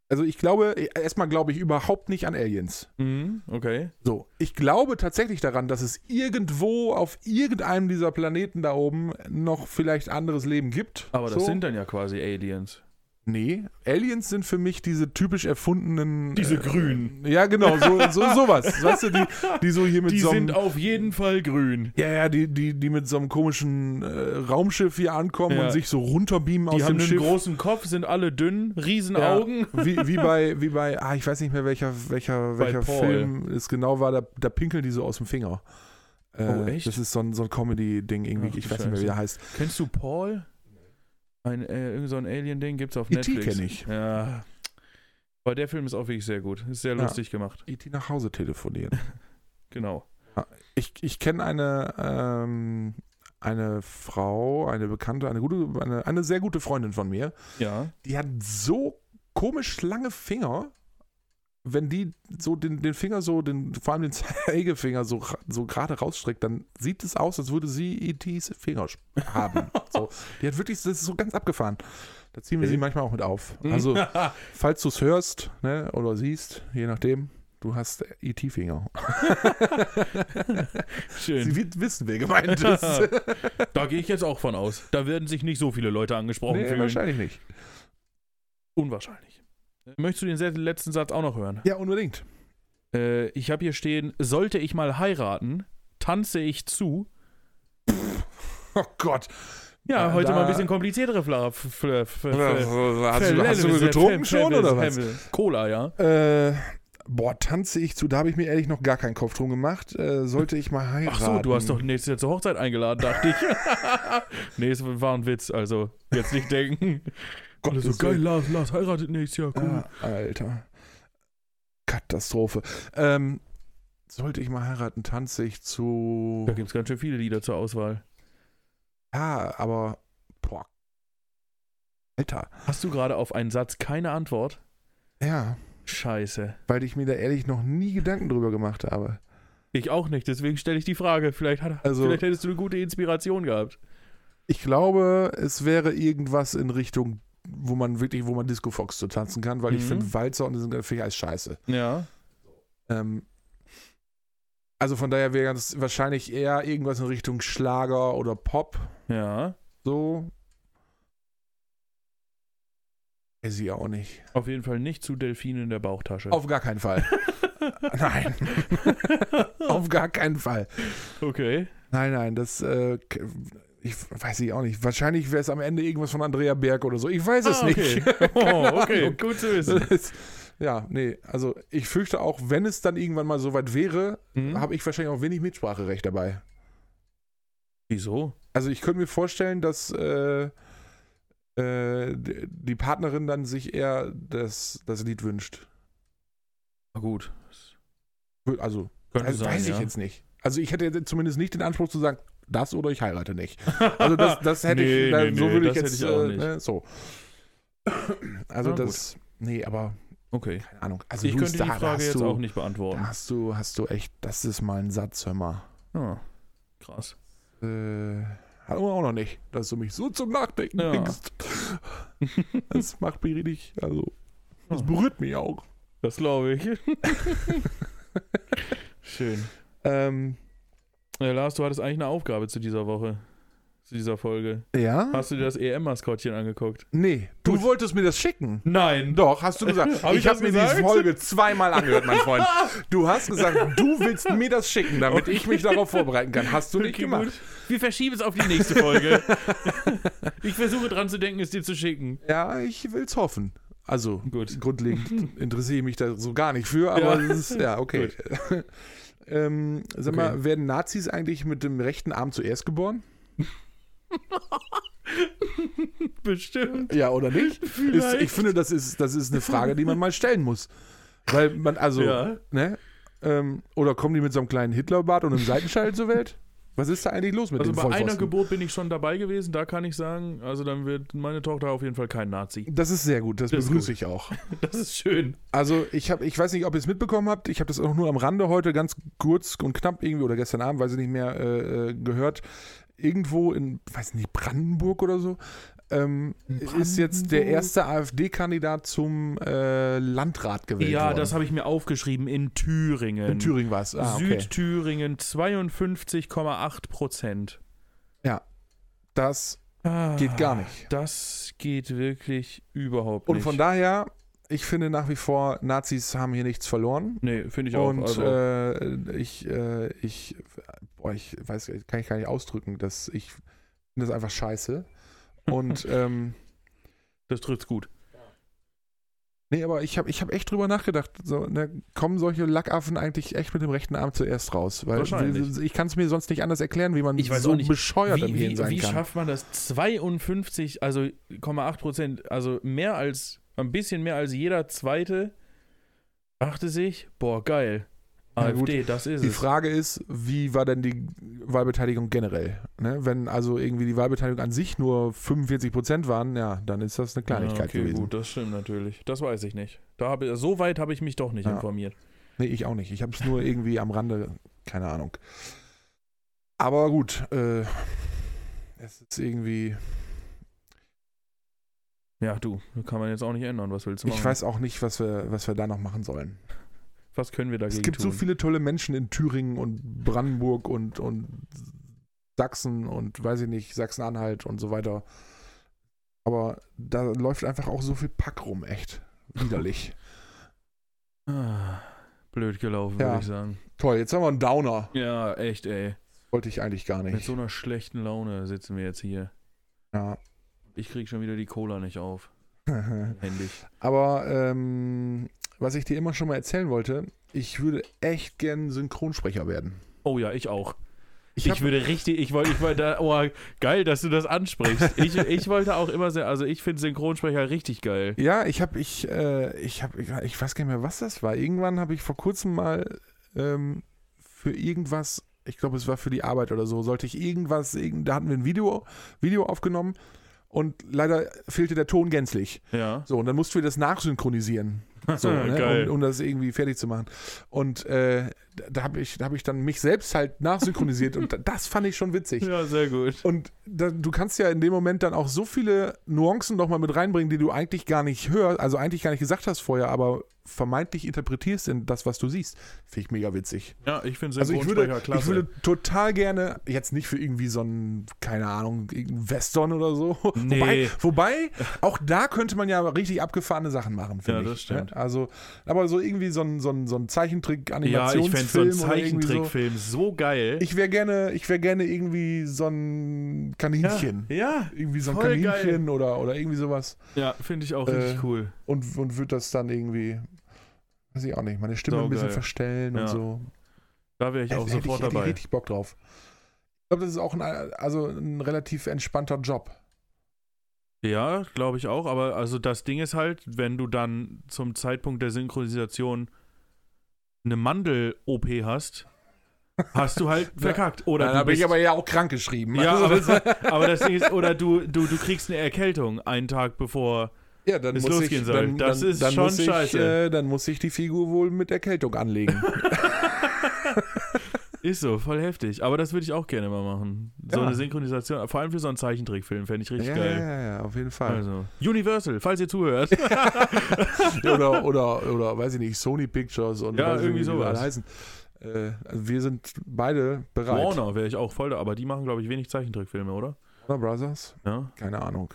[SPEAKER 1] Also ich glaube, erstmal glaube ich überhaupt nicht an Aliens.
[SPEAKER 2] Mhm, okay.
[SPEAKER 1] So, ich glaube tatsächlich daran, dass es irgendwo auf irgendeinem dieser Planeten da oben noch vielleicht anderes Leben gibt.
[SPEAKER 2] Aber das
[SPEAKER 1] so.
[SPEAKER 2] sind dann ja quasi Aliens.
[SPEAKER 1] Nee, Aliens sind für mich diese typisch erfundenen. äh,
[SPEAKER 2] Diese Grünen.
[SPEAKER 1] Ja, genau, so, so sowas. Weißt du, die, die so hier mit so einem.
[SPEAKER 2] auf jeden Fall grün.
[SPEAKER 1] Ja, ja, die, die, die mit so einem komischen äh, Raumschiff hier ankommen
[SPEAKER 2] Ja.
[SPEAKER 1] und sich so runterbeamen
[SPEAKER 2] Die
[SPEAKER 1] aus
[SPEAKER 2] haben
[SPEAKER 1] dem
[SPEAKER 2] einen
[SPEAKER 1] Schiff.
[SPEAKER 2] großen Kopf, sind alle dünn, riesen
[SPEAKER 1] Ja.
[SPEAKER 2] Augen.
[SPEAKER 1] Wie, wie bei, wie bei, ah, ich weiß nicht mehr, welcher, welcher,
[SPEAKER 2] Bei
[SPEAKER 1] welcher
[SPEAKER 2] Paul.
[SPEAKER 1] Film es genau war, da, da pinkeln die so aus dem Finger. Äh,
[SPEAKER 2] Oh, echt?
[SPEAKER 1] Das ist so ein, so ein Comedy-Ding irgendwie,
[SPEAKER 2] Ach,
[SPEAKER 1] ich
[SPEAKER 2] du
[SPEAKER 1] weiß nicht mehr, wie der heißt.
[SPEAKER 2] Kennst du Paul? Ein, äh, irgend so ein Alien-Ding gibt's auf
[SPEAKER 1] E.T.
[SPEAKER 2] Netflix.
[SPEAKER 1] kenn ich.
[SPEAKER 2] Ja. Aber der Film ist auch wirklich sehr gut. Ist sehr
[SPEAKER 1] Ja.
[SPEAKER 2] lustig gemacht.
[SPEAKER 1] E.T. nach Hause telefonieren.
[SPEAKER 2] Genau.
[SPEAKER 1] Ich, ich kenne eine, ähm, eine Frau, eine Bekannte, eine gute, eine, eine sehr gute Freundin von mir,
[SPEAKER 2] Ja.
[SPEAKER 1] die hat so komisch lange Finger, wenn die so den, den Finger so, den, vor allem den Zeigefinger so, ra- so gerade rausstreckt, dann sieht es aus, als würde sie E.T.s Finger sch- haben. so. Die hat wirklich, das ist so ganz abgefahren. Da ziehen wir sie
[SPEAKER 2] Okay.
[SPEAKER 1] manchmal auch mit auf.
[SPEAKER 2] Mhm.
[SPEAKER 1] Also, falls du es hörst ne, oder siehst, je nachdem, du hast E E.T.-Finger.
[SPEAKER 2] Schön.
[SPEAKER 1] Sie wird wissen, wer gemeint ist.
[SPEAKER 2] Da gehe ich jetzt auch von aus. Da werden sich nicht so viele Leute angesprochen
[SPEAKER 1] nee,
[SPEAKER 2] fühlen.
[SPEAKER 1] wahrscheinlich nicht.
[SPEAKER 2] Unwahrscheinlich. Möchtest du den se- letzten Satz auch noch hören?
[SPEAKER 1] Ja, unbedingt.
[SPEAKER 2] Äh, ich habe hier stehen, sollte ich mal heiraten, tanze ich zu.
[SPEAKER 1] Oh Gott.
[SPEAKER 2] Ja,
[SPEAKER 1] Äh,
[SPEAKER 2] heute
[SPEAKER 1] da-
[SPEAKER 2] mal ein bisschen kompliziertere Fla f- f- f- f-
[SPEAKER 1] Hast du, hast du getrunken schon oder was?
[SPEAKER 2] Cola, ja.
[SPEAKER 1] Äh, boah, tanze ich zu, da habe ich mir ehrlich noch gar keinen Kopf drum gemacht. Äh, sollte ich mal heiraten?
[SPEAKER 2] Ach so, du hast doch nächstes Jahr zur Hochzeit eingeladen, dachte ich. nee, es war ein Witz, also jetzt nicht denken.
[SPEAKER 1] Gott,
[SPEAKER 2] Alle so, geil, Lars, Lars heiratet nächstes Jahr, cool.
[SPEAKER 1] Ah, Alter. Katastrophe. Ähm, sollte ich mal heiraten, tanze ich zu.
[SPEAKER 2] Da gibt es ganz schön viele Lieder zur Auswahl.
[SPEAKER 1] Ja, aber. Boah. Alter.
[SPEAKER 2] Hast du gerade auf einen Satz keine Antwort?
[SPEAKER 1] Ja,
[SPEAKER 2] Scheiße.
[SPEAKER 1] weil ich mir da ehrlich noch nie Gedanken drüber gemacht habe.
[SPEAKER 2] Ich auch nicht, deswegen stelle ich die Frage. Vielleicht, hat,
[SPEAKER 1] Also-
[SPEAKER 2] vielleicht hättest du eine gute Inspiration gehabt.
[SPEAKER 1] Ich glaube, es wäre irgendwas in Richtung, wo man wirklich, wo man Disco Fox zu tanzen kann, weil ich
[SPEAKER 2] Mhm.
[SPEAKER 1] finde Walzer und diesen Finger ist scheiße.
[SPEAKER 2] Ja.
[SPEAKER 1] Ähm, also von daher wäre es wahrscheinlich eher irgendwas in Richtung Schlager oder Pop.
[SPEAKER 2] Ja.
[SPEAKER 1] So. Weiß ich auch nicht.
[SPEAKER 2] Auf jeden Fall nicht zu Delfinen in der Bauchtasche.
[SPEAKER 1] Auf gar keinen Fall. Nein. Auf gar keinen Fall.
[SPEAKER 2] okay.
[SPEAKER 1] Nein, nein, das. Äh, k- ich weiß ich auch nicht. Wahrscheinlich wäre es am Ende irgendwas von Andrea Berg oder so. Ich weiß es
[SPEAKER 2] Ah, okay.
[SPEAKER 1] nicht.
[SPEAKER 2] Oh,
[SPEAKER 1] Keine
[SPEAKER 2] okay,
[SPEAKER 1] Ahnung.
[SPEAKER 2] gut zu wissen.
[SPEAKER 1] Das ist, ja, nee. Also ich fürchte auch, wenn es dann irgendwann mal soweit wäre,
[SPEAKER 2] Hm?
[SPEAKER 1] habe ich wahrscheinlich auch wenig Mitspracherecht dabei.
[SPEAKER 2] Wieso?
[SPEAKER 1] Also ich könnte mir vorstellen, dass äh, äh, d- die Partnerin dann sich eher das, das Lied wünscht.
[SPEAKER 2] Na gut.
[SPEAKER 1] Wür- Also,
[SPEAKER 2] Könnte
[SPEAKER 1] also
[SPEAKER 2] sein,
[SPEAKER 1] weiß ich
[SPEAKER 2] ja.
[SPEAKER 1] jetzt nicht. Also ich hätte jetzt zumindest nicht den Anspruch zu sagen, das oder ich heirate nicht. Also das, das hätte
[SPEAKER 2] Nee,
[SPEAKER 1] ich, da-
[SPEAKER 2] nee,
[SPEAKER 1] so
[SPEAKER 2] nee,
[SPEAKER 1] würde ich
[SPEAKER 2] das
[SPEAKER 1] jetzt,
[SPEAKER 2] hätte ich auch
[SPEAKER 1] äh,
[SPEAKER 2] nicht.
[SPEAKER 1] Ne, so. Also
[SPEAKER 2] Na gut.
[SPEAKER 1] das, nee, aber
[SPEAKER 2] Okay.
[SPEAKER 1] keine Ahnung. Also
[SPEAKER 2] Ich
[SPEAKER 1] Luis,
[SPEAKER 2] könnte die
[SPEAKER 1] da- da
[SPEAKER 2] Frage
[SPEAKER 1] hast
[SPEAKER 2] jetzt
[SPEAKER 1] du,
[SPEAKER 2] auch nicht
[SPEAKER 1] Da
[SPEAKER 2] beantworten.
[SPEAKER 1] hast du, hast du echt, das ist mal ein Satz, hör mal.
[SPEAKER 2] Ah, krass.
[SPEAKER 1] Äh, hatten wir auch noch nicht, dass du mich so zum Nachdenken
[SPEAKER 2] Ja.
[SPEAKER 1] bringst. Das macht mich richtig, also, das berührt mich auch.
[SPEAKER 2] Das glaube ich. Schön.
[SPEAKER 1] Ähm,
[SPEAKER 2] Äh, Lars, du hattest eigentlich eine Aufgabe zu dieser Woche. zu dieser Folge.
[SPEAKER 1] Ja?
[SPEAKER 2] Hast du dir das EM-Maskottchen angeguckt?
[SPEAKER 1] Nee. Du wolltest mir das schicken.
[SPEAKER 2] Nein.
[SPEAKER 1] Doch, hast du gesagt.
[SPEAKER 2] Hab ich
[SPEAKER 1] ich habe
[SPEAKER 2] das
[SPEAKER 1] mir
[SPEAKER 2] gesagt?
[SPEAKER 1] diese Folge zweimal angehört, mein Freund. Du hast gesagt, du willst mir das schicken, damit ich mich darauf vorbereiten kann. Hast du nicht
[SPEAKER 2] Okay,
[SPEAKER 1] gemacht.
[SPEAKER 2] gut. Wir verschieben es auf die nächste Folge. ich versuche dran zu denken, es dir zu schicken.
[SPEAKER 1] Ja, ich will's hoffen. Also,
[SPEAKER 2] Gut.
[SPEAKER 1] grundlegend interessiere ich mich da so gar nicht für, aber
[SPEAKER 2] Ja.
[SPEAKER 1] ja, ist, ja okay. ähm, sag mal, werden Nazis eigentlich mit dem rechten Arm zuerst geboren?
[SPEAKER 2] Bestimmt.
[SPEAKER 1] Ja, oder nicht? Ist,
[SPEAKER 2] Vielleicht.
[SPEAKER 1] ich finde, das ist, das ist eine Frage, die man mal stellen muss. Weil man, also,
[SPEAKER 2] Ja.
[SPEAKER 1] ne? Ähm, oder kommen die mit so einem kleinen Hitlerbart und einem Seitenschal zur Welt? Was ist da eigentlich los mit
[SPEAKER 2] Also
[SPEAKER 1] dem
[SPEAKER 2] bei einer
[SPEAKER 1] Vollpfosten?
[SPEAKER 2] Geburt bin ich schon dabei gewesen, da kann ich sagen, also dann wird meine Tochter auf jeden Fall kein Nazi.
[SPEAKER 1] Das ist sehr gut, das,
[SPEAKER 2] Das ist
[SPEAKER 1] begrüße ich auch.
[SPEAKER 2] Das ist schön.
[SPEAKER 1] Also ich habe, ich weiß nicht, ob ihr es mitbekommen habt, ich habe das auch nur am Rande heute ganz kurz und knapp irgendwie oder gestern Abend, weiß ich nicht mehr, äh, äh, gehört. Irgendwo in, weiß nicht, Brandenburg oder so, ähm, ist jetzt der erste AfD-Kandidat zum äh, Landrat gewählt
[SPEAKER 2] Ja,
[SPEAKER 1] worden.
[SPEAKER 2] das habe ich mir aufgeschrieben in Thüringen.
[SPEAKER 1] in Thüringen war es. Ah, okay.
[SPEAKER 2] Südthüringen 52,8 Prozent.
[SPEAKER 1] Das Ah, geht gar nicht.
[SPEAKER 2] Das geht wirklich überhaupt
[SPEAKER 1] Und
[SPEAKER 2] Ah, nicht.
[SPEAKER 1] von daher, ich finde nach wie vor, Nazis haben hier nichts verloren.
[SPEAKER 2] Nee, finde ich auch.
[SPEAKER 1] Und
[SPEAKER 2] also,
[SPEAKER 1] äh, ich, äh, ich, boah, ich weiß, gar nicht, kann ich gar nicht ausdrücken, dass ich finde das einfach scheiße. Und ähm,
[SPEAKER 2] das trifft's gut.
[SPEAKER 1] nee, aber ich habe ich hab echt drüber nachgedacht. So, ne, kommen solche Lackaffen eigentlich echt mit dem rechten Arm zuerst raus? Weil
[SPEAKER 2] Wahrscheinlich.
[SPEAKER 1] ich kann es mir sonst nicht anders erklären, wie man
[SPEAKER 2] Ich weiß
[SPEAKER 1] so
[SPEAKER 2] auch nicht,
[SPEAKER 1] bescheuert
[SPEAKER 2] wie
[SPEAKER 1] im Hirn
[SPEAKER 2] wie,
[SPEAKER 1] sein
[SPEAKER 2] wie
[SPEAKER 1] kann.
[SPEAKER 2] schafft man das? 52, also 0,8 Prozent, also mehr als, ein bisschen mehr als jeder zweite, dachte sich, boah, geil.
[SPEAKER 1] Na
[SPEAKER 2] AfD, das ist
[SPEAKER 1] Die
[SPEAKER 2] es.
[SPEAKER 1] Frage ist, wie war denn die Wahlbeteiligung generell? Ne? Wenn also irgendwie die Wahlbeteiligung an sich nur 45 Prozent waren, ja, dann ist das eine
[SPEAKER 2] ja,
[SPEAKER 1] Kleinigkeit
[SPEAKER 2] okay,
[SPEAKER 1] gewesen.
[SPEAKER 2] gut, das stimmt natürlich. Das weiß ich nicht. Da habe, so weit habe ich mich doch nicht
[SPEAKER 1] Ja.
[SPEAKER 2] informiert.
[SPEAKER 1] Nee, ich auch nicht. Ich habe es nur irgendwie am Rande, keine Ahnung. Aber gut, äh, es ist irgendwie,
[SPEAKER 2] Ja, du, kann man jetzt auch nicht ändern. Was willst du machen?
[SPEAKER 1] ich weiß auch nicht, was wir, was wir da noch machen sollen.
[SPEAKER 2] Was können wir dagegen
[SPEAKER 1] Es gibt so
[SPEAKER 2] tun?
[SPEAKER 1] viele tolle Menschen in Thüringen und Brandenburg und, und Sachsen und weiß ich nicht, Sachsen-Anhalt und so weiter. Aber da läuft einfach auch so viel Pack rum, echt. Widerlich.
[SPEAKER 2] Ah, Blöd gelaufen,
[SPEAKER 1] Ja.
[SPEAKER 2] würde ich sagen.
[SPEAKER 1] Toll, jetzt haben wir einen Downer.
[SPEAKER 2] Ja, echt, ey.
[SPEAKER 1] Wollte ich eigentlich gar
[SPEAKER 2] Mit
[SPEAKER 1] nicht.
[SPEAKER 2] so einer schlechten Laune sitzen wir jetzt hier.
[SPEAKER 1] Ja.
[SPEAKER 2] Ich krieg schon wieder die Cola nicht auf. Endlich.
[SPEAKER 1] Aber ähm, was ich dir immer schon mal erzählen wollte, ich würde echt gern Synchronsprecher werden.
[SPEAKER 2] Oh ja, ich auch. Ich,
[SPEAKER 1] hab-
[SPEAKER 2] würde richtig, ich wollte, ich wollte da, oh, geil, dass du das ansprichst. Ich, ich wollte auch immer sehr, also ich finde Synchronsprecher richtig geil.
[SPEAKER 1] ja, ich habe, ich, äh, ich habe, ich, ich weiß gar nicht mehr, was das war. Irgendwann habe ich vor kurzem mal ähm, für irgendwas, ich glaube, es war für die Arbeit oder so, sollte ich irgendwas, irgend, da hatten wir ein Video, Video aufgenommen und leider fehlte der Ton gänzlich.
[SPEAKER 2] Ja.
[SPEAKER 1] So, und dann mussten wir das nachsynchronisieren. So,
[SPEAKER 2] Geil.
[SPEAKER 1] ne? um, um das irgendwie fertig zu machen. Und äh, da- da habe ich, da hab ich dann mich selbst halt nachsynchronisiert und da- das fand ich schon witzig.
[SPEAKER 2] Ja, sehr gut.
[SPEAKER 1] Und da, du kannst ja in dem Moment dann auch so viele Nuancen nochmal mit reinbringen, die du eigentlich gar nicht hörst, also eigentlich gar nicht gesagt hast vorher, aber vermeintlich interpretierst in das, was du siehst. Finde ich mega witzig.
[SPEAKER 2] Ja, ich finde
[SPEAKER 1] Also ich
[SPEAKER 2] Synchronsprecher
[SPEAKER 1] würde,
[SPEAKER 2] klasse.
[SPEAKER 1] ich würde total gerne, jetzt nicht für irgendwie so einen, keine Ahnung, irgendeinen Western oder so.
[SPEAKER 2] Nee.
[SPEAKER 1] Wobei, wobei, auch da könnte man ja richtig abgefahrene Sachen machen, finde
[SPEAKER 2] Ja, das
[SPEAKER 1] ich.
[SPEAKER 2] stimmt.
[SPEAKER 1] ne? Also, aber so irgendwie so ein, so ein, so ein Zeichentrick,
[SPEAKER 2] ja, ich fände so
[SPEAKER 1] Animationsfilm
[SPEAKER 2] einen
[SPEAKER 1] oder irgendwie so.
[SPEAKER 2] Zeichentrickfilm so geil.
[SPEAKER 1] Ich wäre gerne, ich wäre gerne irgendwie so ein Kaninchen.
[SPEAKER 2] Ja,
[SPEAKER 1] Irgendwie so ein
[SPEAKER 2] Voll geil.
[SPEAKER 1] Kaninchen oder, oder irgendwie sowas.
[SPEAKER 2] ja finde ich auch
[SPEAKER 1] Äh,
[SPEAKER 2] richtig cool.
[SPEAKER 1] Und, und würde das dann irgendwie, weiß ich auch nicht, meine Stimme ein bisschen
[SPEAKER 2] Saugeil.
[SPEAKER 1] verstellen
[SPEAKER 2] Ja.
[SPEAKER 1] und so.
[SPEAKER 2] Da wäre ich auch
[SPEAKER 1] also Hätte- hätte
[SPEAKER 2] sofort
[SPEAKER 1] ich, hätte
[SPEAKER 2] dabei.
[SPEAKER 1] Ich richtig Bock drauf. Ich glaube, das ist auch ein, also ein relativ entspannter Job.
[SPEAKER 2] Ja, glaube ich auch, aber also das Ding ist halt, wenn du dann zum Zeitpunkt der Synchronisation eine Mandel-OP hast, hast du halt verkackt. Oder du bist,
[SPEAKER 1] ja auch Also, krank geschrieben.
[SPEAKER 2] ja, aber, aber das Ding ist, oder du, du, du kriegst eine Erkältung einen Tag bevor.
[SPEAKER 1] ja, dann
[SPEAKER 2] es
[SPEAKER 1] muss
[SPEAKER 2] losgehen
[SPEAKER 1] ich,
[SPEAKER 2] soll.
[SPEAKER 1] dann,
[SPEAKER 2] Das
[SPEAKER 1] dann,
[SPEAKER 2] ist
[SPEAKER 1] dann
[SPEAKER 2] schon
[SPEAKER 1] muss ich,
[SPEAKER 2] scheiße.
[SPEAKER 1] Äh, dann muss ich die Figur wohl mit Erkältung anlegen.
[SPEAKER 2] Ist so, voll heftig. Aber das würde ich auch gerne mal machen. So
[SPEAKER 1] Ja.
[SPEAKER 2] eine Synchronisation, vor allem für so einen Zeichentrickfilm, fände ich richtig
[SPEAKER 1] ja,
[SPEAKER 2] geil.
[SPEAKER 1] ja, ja, auf jeden Fall.
[SPEAKER 2] Also, Universal, falls ihr zuhört.
[SPEAKER 1] oder, oder, oder, weiß ich nicht, Sony Pictures und
[SPEAKER 2] Also. Ja,
[SPEAKER 1] weiß ich
[SPEAKER 2] irgendwie
[SPEAKER 1] nicht, wie die
[SPEAKER 2] sowas.
[SPEAKER 1] alle heißen. Äh, also wir sind beide bereit.
[SPEAKER 2] Warner wäre ich auch voll da, aber die machen, glaube ich, wenig Zeichentrickfilme, oder?
[SPEAKER 1] Warner Brothers?
[SPEAKER 2] Ja?
[SPEAKER 1] Keine Ahnung.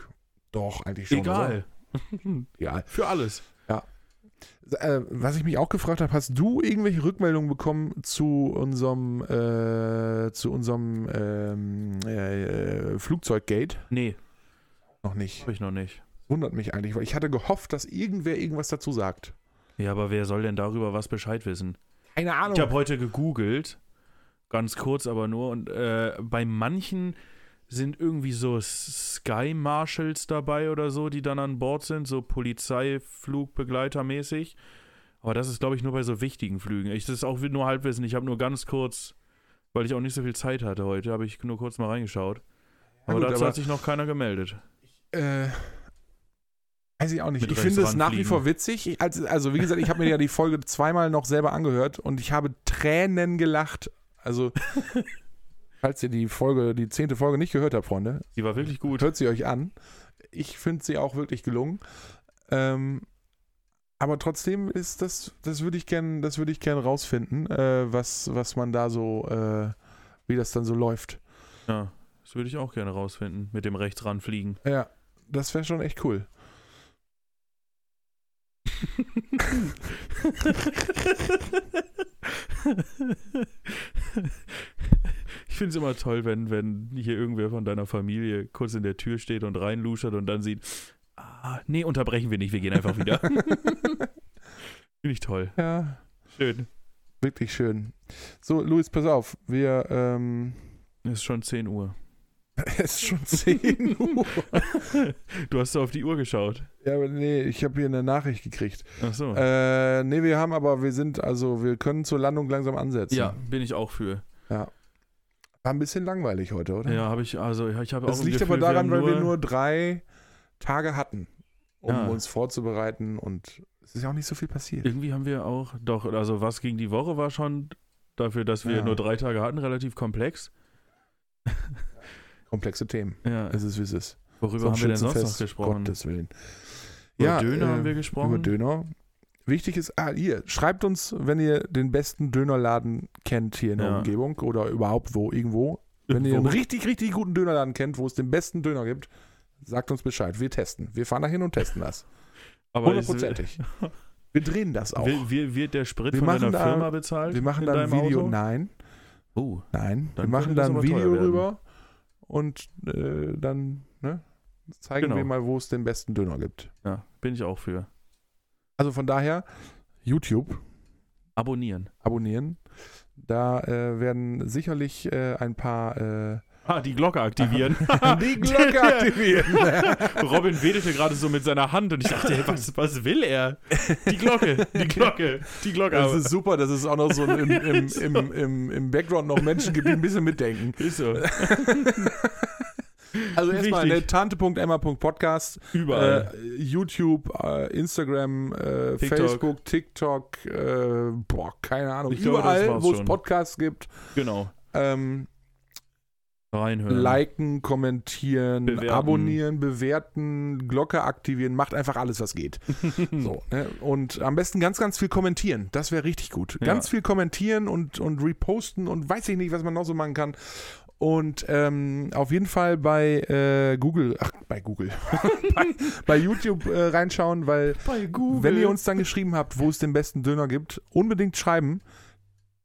[SPEAKER 1] Doch, eigentlich schon.
[SPEAKER 2] Egal.
[SPEAKER 1] Oder? Egal.
[SPEAKER 2] Für alles.
[SPEAKER 1] Äh, was ich mich auch gefragt habe, hast du irgendwelche Rückmeldungen bekommen zu unserem, äh, zu unserem ähm, äh, äh, Flugzeuggate?
[SPEAKER 2] Nee,
[SPEAKER 1] Noch nicht.
[SPEAKER 2] hab ich noch nicht.
[SPEAKER 1] Wundert mich eigentlich, weil ich hatte gehofft, dass irgendwer irgendwas dazu sagt.
[SPEAKER 2] Ja, aber wer soll denn darüber was Bescheid wissen?
[SPEAKER 1] Keine Ahnung.
[SPEAKER 2] Ich habe heute gegoogelt, ganz kurz aber nur, und äh, bei manchen sind irgendwie so Sky Marshals dabei oder so, die dann an Bord sind, so Polizeiflugbegleitermäßig. Aber das ist, glaube ich, nur bei so wichtigen Flügen. Ich, das ist auch nur Halbwissen. Ich habe nur ganz kurz, weil ich auch nicht so viel Zeit hatte heute, habe ich nur kurz mal reingeschaut. Aber
[SPEAKER 1] gut,
[SPEAKER 2] dazu
[SPEAKER 1] aber-
[SPEAKER 2] hat sich noch keiner gemeldet.
[SPEAKER 1] äh, weiß ich auch nicht.
[SPEAKER 2] Mit
[SPEAKER 1] Ich
[SPEAKER 2] rechts
[SPEAKER 1] finde es nach wie
[SPEAKER 2] ranfliegen.
[SPEAKER 1] vor witzig. Ich, also, also, wie gesagt, ich habe mir ja die Folge zweimal noch selber angehört und ich habe Tränen gelacht. Also, falls ihr die Folge, die zehnte Folge nicht gehört habt, Freunde,
[SPEAKER 2] Die war wirklich gut.
[SPEAKER 1] Hört sie euch an. Ich finde sie auch wirklich gelungen. Ähm, aber trotzdem ist das, das würde ich gern, das würde ich gern rausfinden, äh, was, was man da so, äh, wie das dann so läuft.
[SPEAKER 2] Ja, das würde ich auch gerne rausfinden, mit dem rechts ranfliegen.
[SPEAKER 1] Ja, das wäre schon echt cool.
[SPEAKER 2] Ich finde es immer toll, wenn, wenn hier irgendwer von deiner Familie kurz in der Tür steht und reinluschert und dann sieht, ah, nee, unterbrechen wir nicht, wir gehen einfach wieder. finde ich toll.
[SPEAKER 1] Ja,
[SPEAKER 2] Schön.
[SPEAKER 1] wirklich schön. So, Luis, pass auf, wir, ähm,
[SPEAKER 2] Es ist schon 10 Uhr.
[SPEAKER 1] es ist schon 10 Uhr.
[SPEAKER 2] Du hast so auf die Uhr geschaut.
[SPEAKER 1] Ja, aber nee, ich habe hier eine Nachricht gekriegt.
[SPEAKER 2] Ach so.
[SPEAKER 1] Äh, nee, wir haben aber, wir sind, also, wir können zur Landung langsam ansetzen.
[SPEAKER 2] ja, bin ich auch für.
[SPEAKER 1] War ein bisschen langweilig heute, oder?
[SPEAKER 2] Ja, habe ich, also ich habe auch
[SPEAKER 1] Das
[SPEAKER 2] im
[SPEAKER 1] liegt
[SPEAKER 2] Gefühl,
[SPEAKER 1] aber daran,
[SPEAKER 2] haben
[SPEAKER 1] weil wir nur drei Tage hatten, um
[SPEAKER 2] Ja.
[SPEAKER 1] uns vorzubereiten und es ist ja auch nicht so viel passiert.
[SPEAKER 2] Irgendwie haben wir auch, doch, also was gegen die Woche war schon dafür, dass wir
[SPEAKER 1] Ja.
[SPEAKER 2] nur drei Tage hatten, relativ komplex.
[SPEAKER 1] Komplexe Themen.
[SPEAKER 2] Ja,
[SPEAKER 1] Es ist, wie es ist.
[SPEAKER 2] Also worüber
[SPEAKER 1] So ein
[SPEAKER 2] haben wir denn sonst noch
[SPEAKER 1] Schützenfest,
[SPEAKER 2] gesprochen?
[SPEAKER 1] Gottes Willen.
[SPEAKER 2] Über
[SPEAKER 1] Ja,
[SPEAKER 2] Döner
[SPEAKER 1] äh,
[SPEAKER 2] haben wir gesprochen.
[SPEAKER 1] Über Döner. Wichtig ist, ah, ihr, schreibt uns, wenn ihr den besten Dönerladen kennt hier in der
[SPEAKER 2] Ja.
[SPEAKER 1] Umgebung oder überhaupt wo, irgendwo. Wenn ihr einen
[SPEAKER 2] Irgendwo.
[SPEAKER 1] richtig, richtig guten Dönerladen kennt, wo es den besten Döner gibt, sagt uns Bescheid. Wir testen. Wir fahren dahin und testen das.
[SPEAKER 2] Aber es-
[SPEAKER 1] Hundertprozentig. Wir drehen das auch.
[SPEAKER 2] Will, will, wird der Sprit
[SPEAKER 1] Wir
[SPEAKER 2] von
[SPEAKER 1] machen
[SPEAKER 2] deiner
[SPEAKER 1] da-
[SPEAKER 2] Firma bezahlt?
[SPEAKER 1] Wir machen
[SPEAKER 2] in
[SPEAKER 1] da ein
[SPEAKER 2] deinem
[SPEAKER 1] Video.
[SPEAKER 2] Auto?
[SPEAKER 1] Nein,
[SPEAKER 2] Oh,
[SPEAKER 1] nein.
[SPEAKER 2] Dann
[SPEAKER 1] wir machen
[SPEAKER 2] könnte
[SPEAKER 1] da
[SPEAKER 2] das
[SPEAKER 1] ein
[SPEAKER 2] aber
[SPEAKER 1] Video
[SPEAKER 2] teuer werden.
[SPEAKER 1] rüber und äh, dann ne, zeigen
[SPEAKER 2] Genau.
[SPEAKER 1] wir mal, wo es den besten Döner gibt.
[SPEAKER 2] ja, bin ich auch für.
[SPEAKER 1] Also von daher, YouTube
[SPEAKER 2] Abonnieren.
[SPEAKER 1] abonnieren. Da äh, werden sicherlich äh, ein paar äh,
[SPEAKER 2] Ah, die Glocke aktivieren.
[SPEAKER 1] die Glocke aktivieren.
[SPEAKER 2] Robin wedelte gerade so mit seiner Hand und ich dachte, hey, was, was will er? Die Glocke, die Glocke, die Glocke.
[SPEAKER 1] Das ist super, dass es auch noch so im, im, im, im, im, im Background noch Menschen gibt, die ein bisschen mitdenken.
[SPEAKER 2] ist so.
[SPEAKER 1] Also erstmal
[SPEAKER 2] Wichtig.
[SPEAKER 1] ne, tante.emma.podcast
[SPEAKER 2] Überall.
[SPEAKER 1] Äh, YouTube, äh, Instagram, äh,
[SPEAKER 2] TikTok.
[SPEAKER 1] Facebook, Tiktok, äh, boah, keine Ahnung.
[SPEAKER 2] Ich glaube, das
[SPEAKER 1] Überall,
[SPEAKER 2] war's
[SPEAKER 1] wo es
[SPEAKER 2] schon.
[SPEAKER 1] Podcasts gibt.
[SPEAKER 2] genau.
[SPEAKER 1] Ähm,
[SPEAKER 2] Reinhören.
[SPEAKER 1] Liken, kommentieren,
[SPEAKER 2] Bewerten.
[SPEAKER 1] abonnieren, bewerten, Glocke aktivieren, macht einfach alles, was geht.
[SPEAKER 2] Hm.
[SPEAKER 1] So, ne? Und am besten ganz, ganz viel kommentieren. Das wäre richtig gut.
[SPEAKER 2] Ja.
[SPEAKER 1] Ganz viel kommentieren und, und reposten und weiß ich nicht, was man noch so machen kann. Und ähm, auf jeden Fall bei äh, Google, ach, bei Google, bei, bei YouTube äh, reinschauen, weil
[SPEAKER 2] Bei Google.
[SPEAKER 1] wenn ihr uns dann geschrieben habt, wo es den besten Döner gibt, unbedingt schreiben.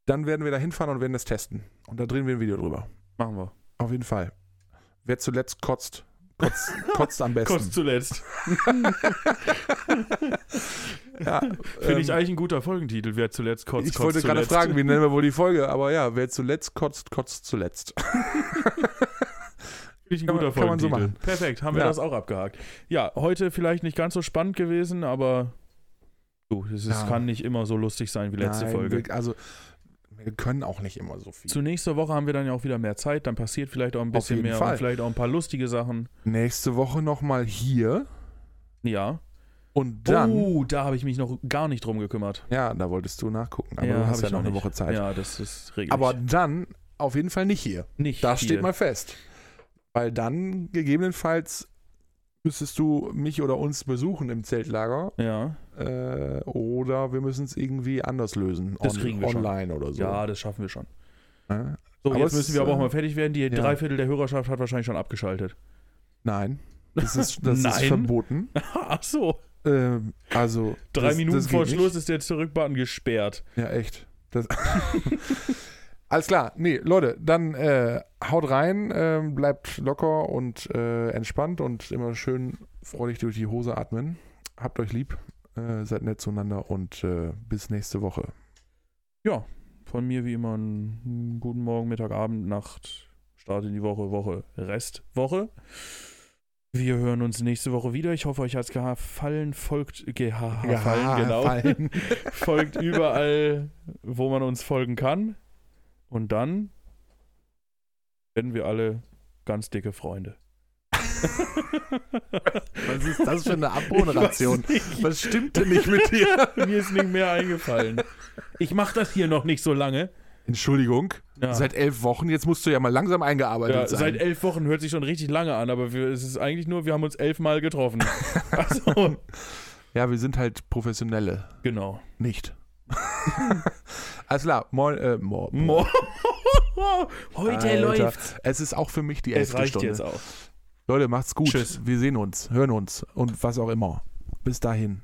[SPEAKER 1] Dann werden wir da hinfahren und werden das testen. Und da drehen wir ein Video drüber.
[SPEAKER 2] Machen wir.
[SPEAKER 1] Auf jeden Fall. Wer zuletzt kotzt, kotzt, kotzt am besten.
[SPEAKER 2] Kost zuletzt.
[SPEAKER 1] Ja,
[SPEAKER 2] Finde ich
[SPEAKER 1] ähm,
[SPEAKER 2] eigentlich ein guter Folgentitel. Wer zuletzt kotzt,
[SPEAKER 1] ich
[SPEAKER 2] kotzt
[SPEAKER 1] wollte gerade
[SPEAKER 2] zuletzt.
[SPEAKER 1] fragen, wie nennen wir wohl die Folge? Aber ja, wer zuletzt kotzt, kotzt zuletzt.
[SPEAKER 2] Finde ich ein
[SPEAKER 1] Kann man-
[SPEAKER 2] guter
[SPEAKER 1] kann man so
[SPEAKER 2] Folgentitel.
[SPEAKER 1] machen.
[SPEAKER 2] Perfekt, haben wir
[SPEAKER 1] Ja.
[SPEAKER 2] das auch abgehakt. Ja, heute vielleicht nicht ganz so spannend gewesen, aber du, es ist-
[SPEAKER 1] Ja.
[SPEAKER 2] kann nicht immer so lustig sein wie letzte
[SPEAKER 1] Nein,
[SPEAKER 2] Folge.
[SPEAKER 1] Wir, also, wir können auch nicht immer so viel.
[SPEAKER 2] Zu nächster Woche haben wir dann ja auch wieder mehr Zeit, dann passiert vielleicht auch ein bisschen
[SPEAKER 1] jeden
[SPEAKER 2] mehr
[SPEAKER 1] Fall.
[SPEAKER 2] und vielleicht auch ein paar lustige Sachen.
[SPEAKER 1] Nächste Woche nochmal hier.
[SPEAKER 2] Ja.
[SPEAKER 1] Und dann.
[SPEAKER 2] oh, da habe ich mich noch gar nicht drum gekümmert.
[SPEAKER 1] Ja, da wolltest du nachgucken. Aber du
[SPEAKER 2] habe
[SPEAKER 1] hast ja
[SPEAKER 2] ich
[SPEAKER 1] noch eine Woche Zeit.
[SPEAKER 2] Ja, das ist regel.
[SPEAKER 1] aber dann auf jeden Fall nicht hier.
[SPEAKER 2] nicht
[SPEAKER 1] Das steht
[SPEAKER 2] hier.
[SPEAKER 1] mal fest. Weil dann gegebenenfalls müsstest du mich oder uns besuchen im Zeltlager.
[SPEAKER 2] Ja.
[SPEAKER 1] Äh, oder wir müssen es irgendwie anders lösen.
[SPEAKER 2] Das kriegen wir schon.
[SPEAKER 1] online oder so.
[SPEAKER 2] ja, das schaffen wir schon.
[SPEAKER 1] Ne?
[SPEAKER 2] So,
[SPEAKER 1] Aber
[SPEAKER 2] jetzt
[SPEAKER 1] es-
[SPEAKER 2] müssen wir aber auch mal fertig werden. Die
[SPEAKER 1] ja.
[SPEAKER 2] Dreiviertel der Hörerschaft hat wahrscheinlich schon abgeschaltet.
[SPEAKER 1] Nein. Das ist, das ist
[SPEAKER 2] Nein.
[SPEAKER 1] verboten.
[SPEAKER 2] Ach so.
[SPEAKER 1] Ähm, also.
[SPEAKER 2] Drei
[SPEAKER 1] das,
[SPEAKER 2] Minuten
[SPEAKER 1] das geht
[SPEAKER 2] vor
[SPEAKER 1] nicht.
[SPEAKER 2] Schluss ist der Zurückbutton gesperrt.
[SPEAKER 1] Ja, echt. Das Alles klar. Nee, Leute, dann äh, haut rein, ähm, bleibt locker und äh, entspannt und immer schön freudig durch die Hose atmen. Habt euch lieb, äh, seid nett zueinander und äh, bis nächste Woche.
[SPEAKER 2] Von mir wie immer einen guten Morgen, Mittag, Abend, Nacht, Start in die Woche, Woche, Restwoche. Wir hören uns nächste Woche wieder. Ich hoffe, euch hat es gefallen. Folgt geha, fallen, genau.
[SPEAKER 1] Fallen.
[SPEAKER 2] Folgt überall, wo man uns folgen kann. Und dann werden wir alle ganz dicke Freunde.
[SPEAKER 1] Was ist das für eine Abmoderation?
[SPEAKER 2] Abmoderation? Mir
[SPEAKER 1] Was stimmt denn nicht mit dir?
[SPEAKER 2] ist nicht mehr eingefallen. Ich mache das hier noch nicht so lange.
[SPEAKER 1] Entschuldigung,
[SPEAKER 2] Ja.
[SPEAKER 1] seit elf Wochen, jetzt musst du ja mal langsam eingearbeitet
[SPEAKER 2] Ja,
[SPEAKER 1] sein.
[SPEAKER 2] seit elf Wochen hört sich schon richtig lange an, aber wir, es ist eigentlich nur, wir haben uns elfmal getroffen. Also,
[SPEAKER 1] ja, wir sind halt Professionelle.
[SPEAKER 2] genau.
[SPEAKER 1] Nicht. Alles klar, moin, äh, moin.
[SPEAKER 2] Mo- Heute
[SPEAKER 1] Alter,
[SPEAKER 2] läuft's.
[SPEAKER 1] Es ist auch für mich die
[SPEAKER 2] Es
[SPEAKER 1] elfte
[SPEAKER 2] reicht
[SPEAKER 1] Stunde.
[SPEAKER 2] jetzt auch.
[SPEAKER 1] Leute, macht's gut.
[SPEAKER 2] Tschüss.
[SPEAKER 1] Wir sehen uns, hören uns und was auch immer. Bis dahin.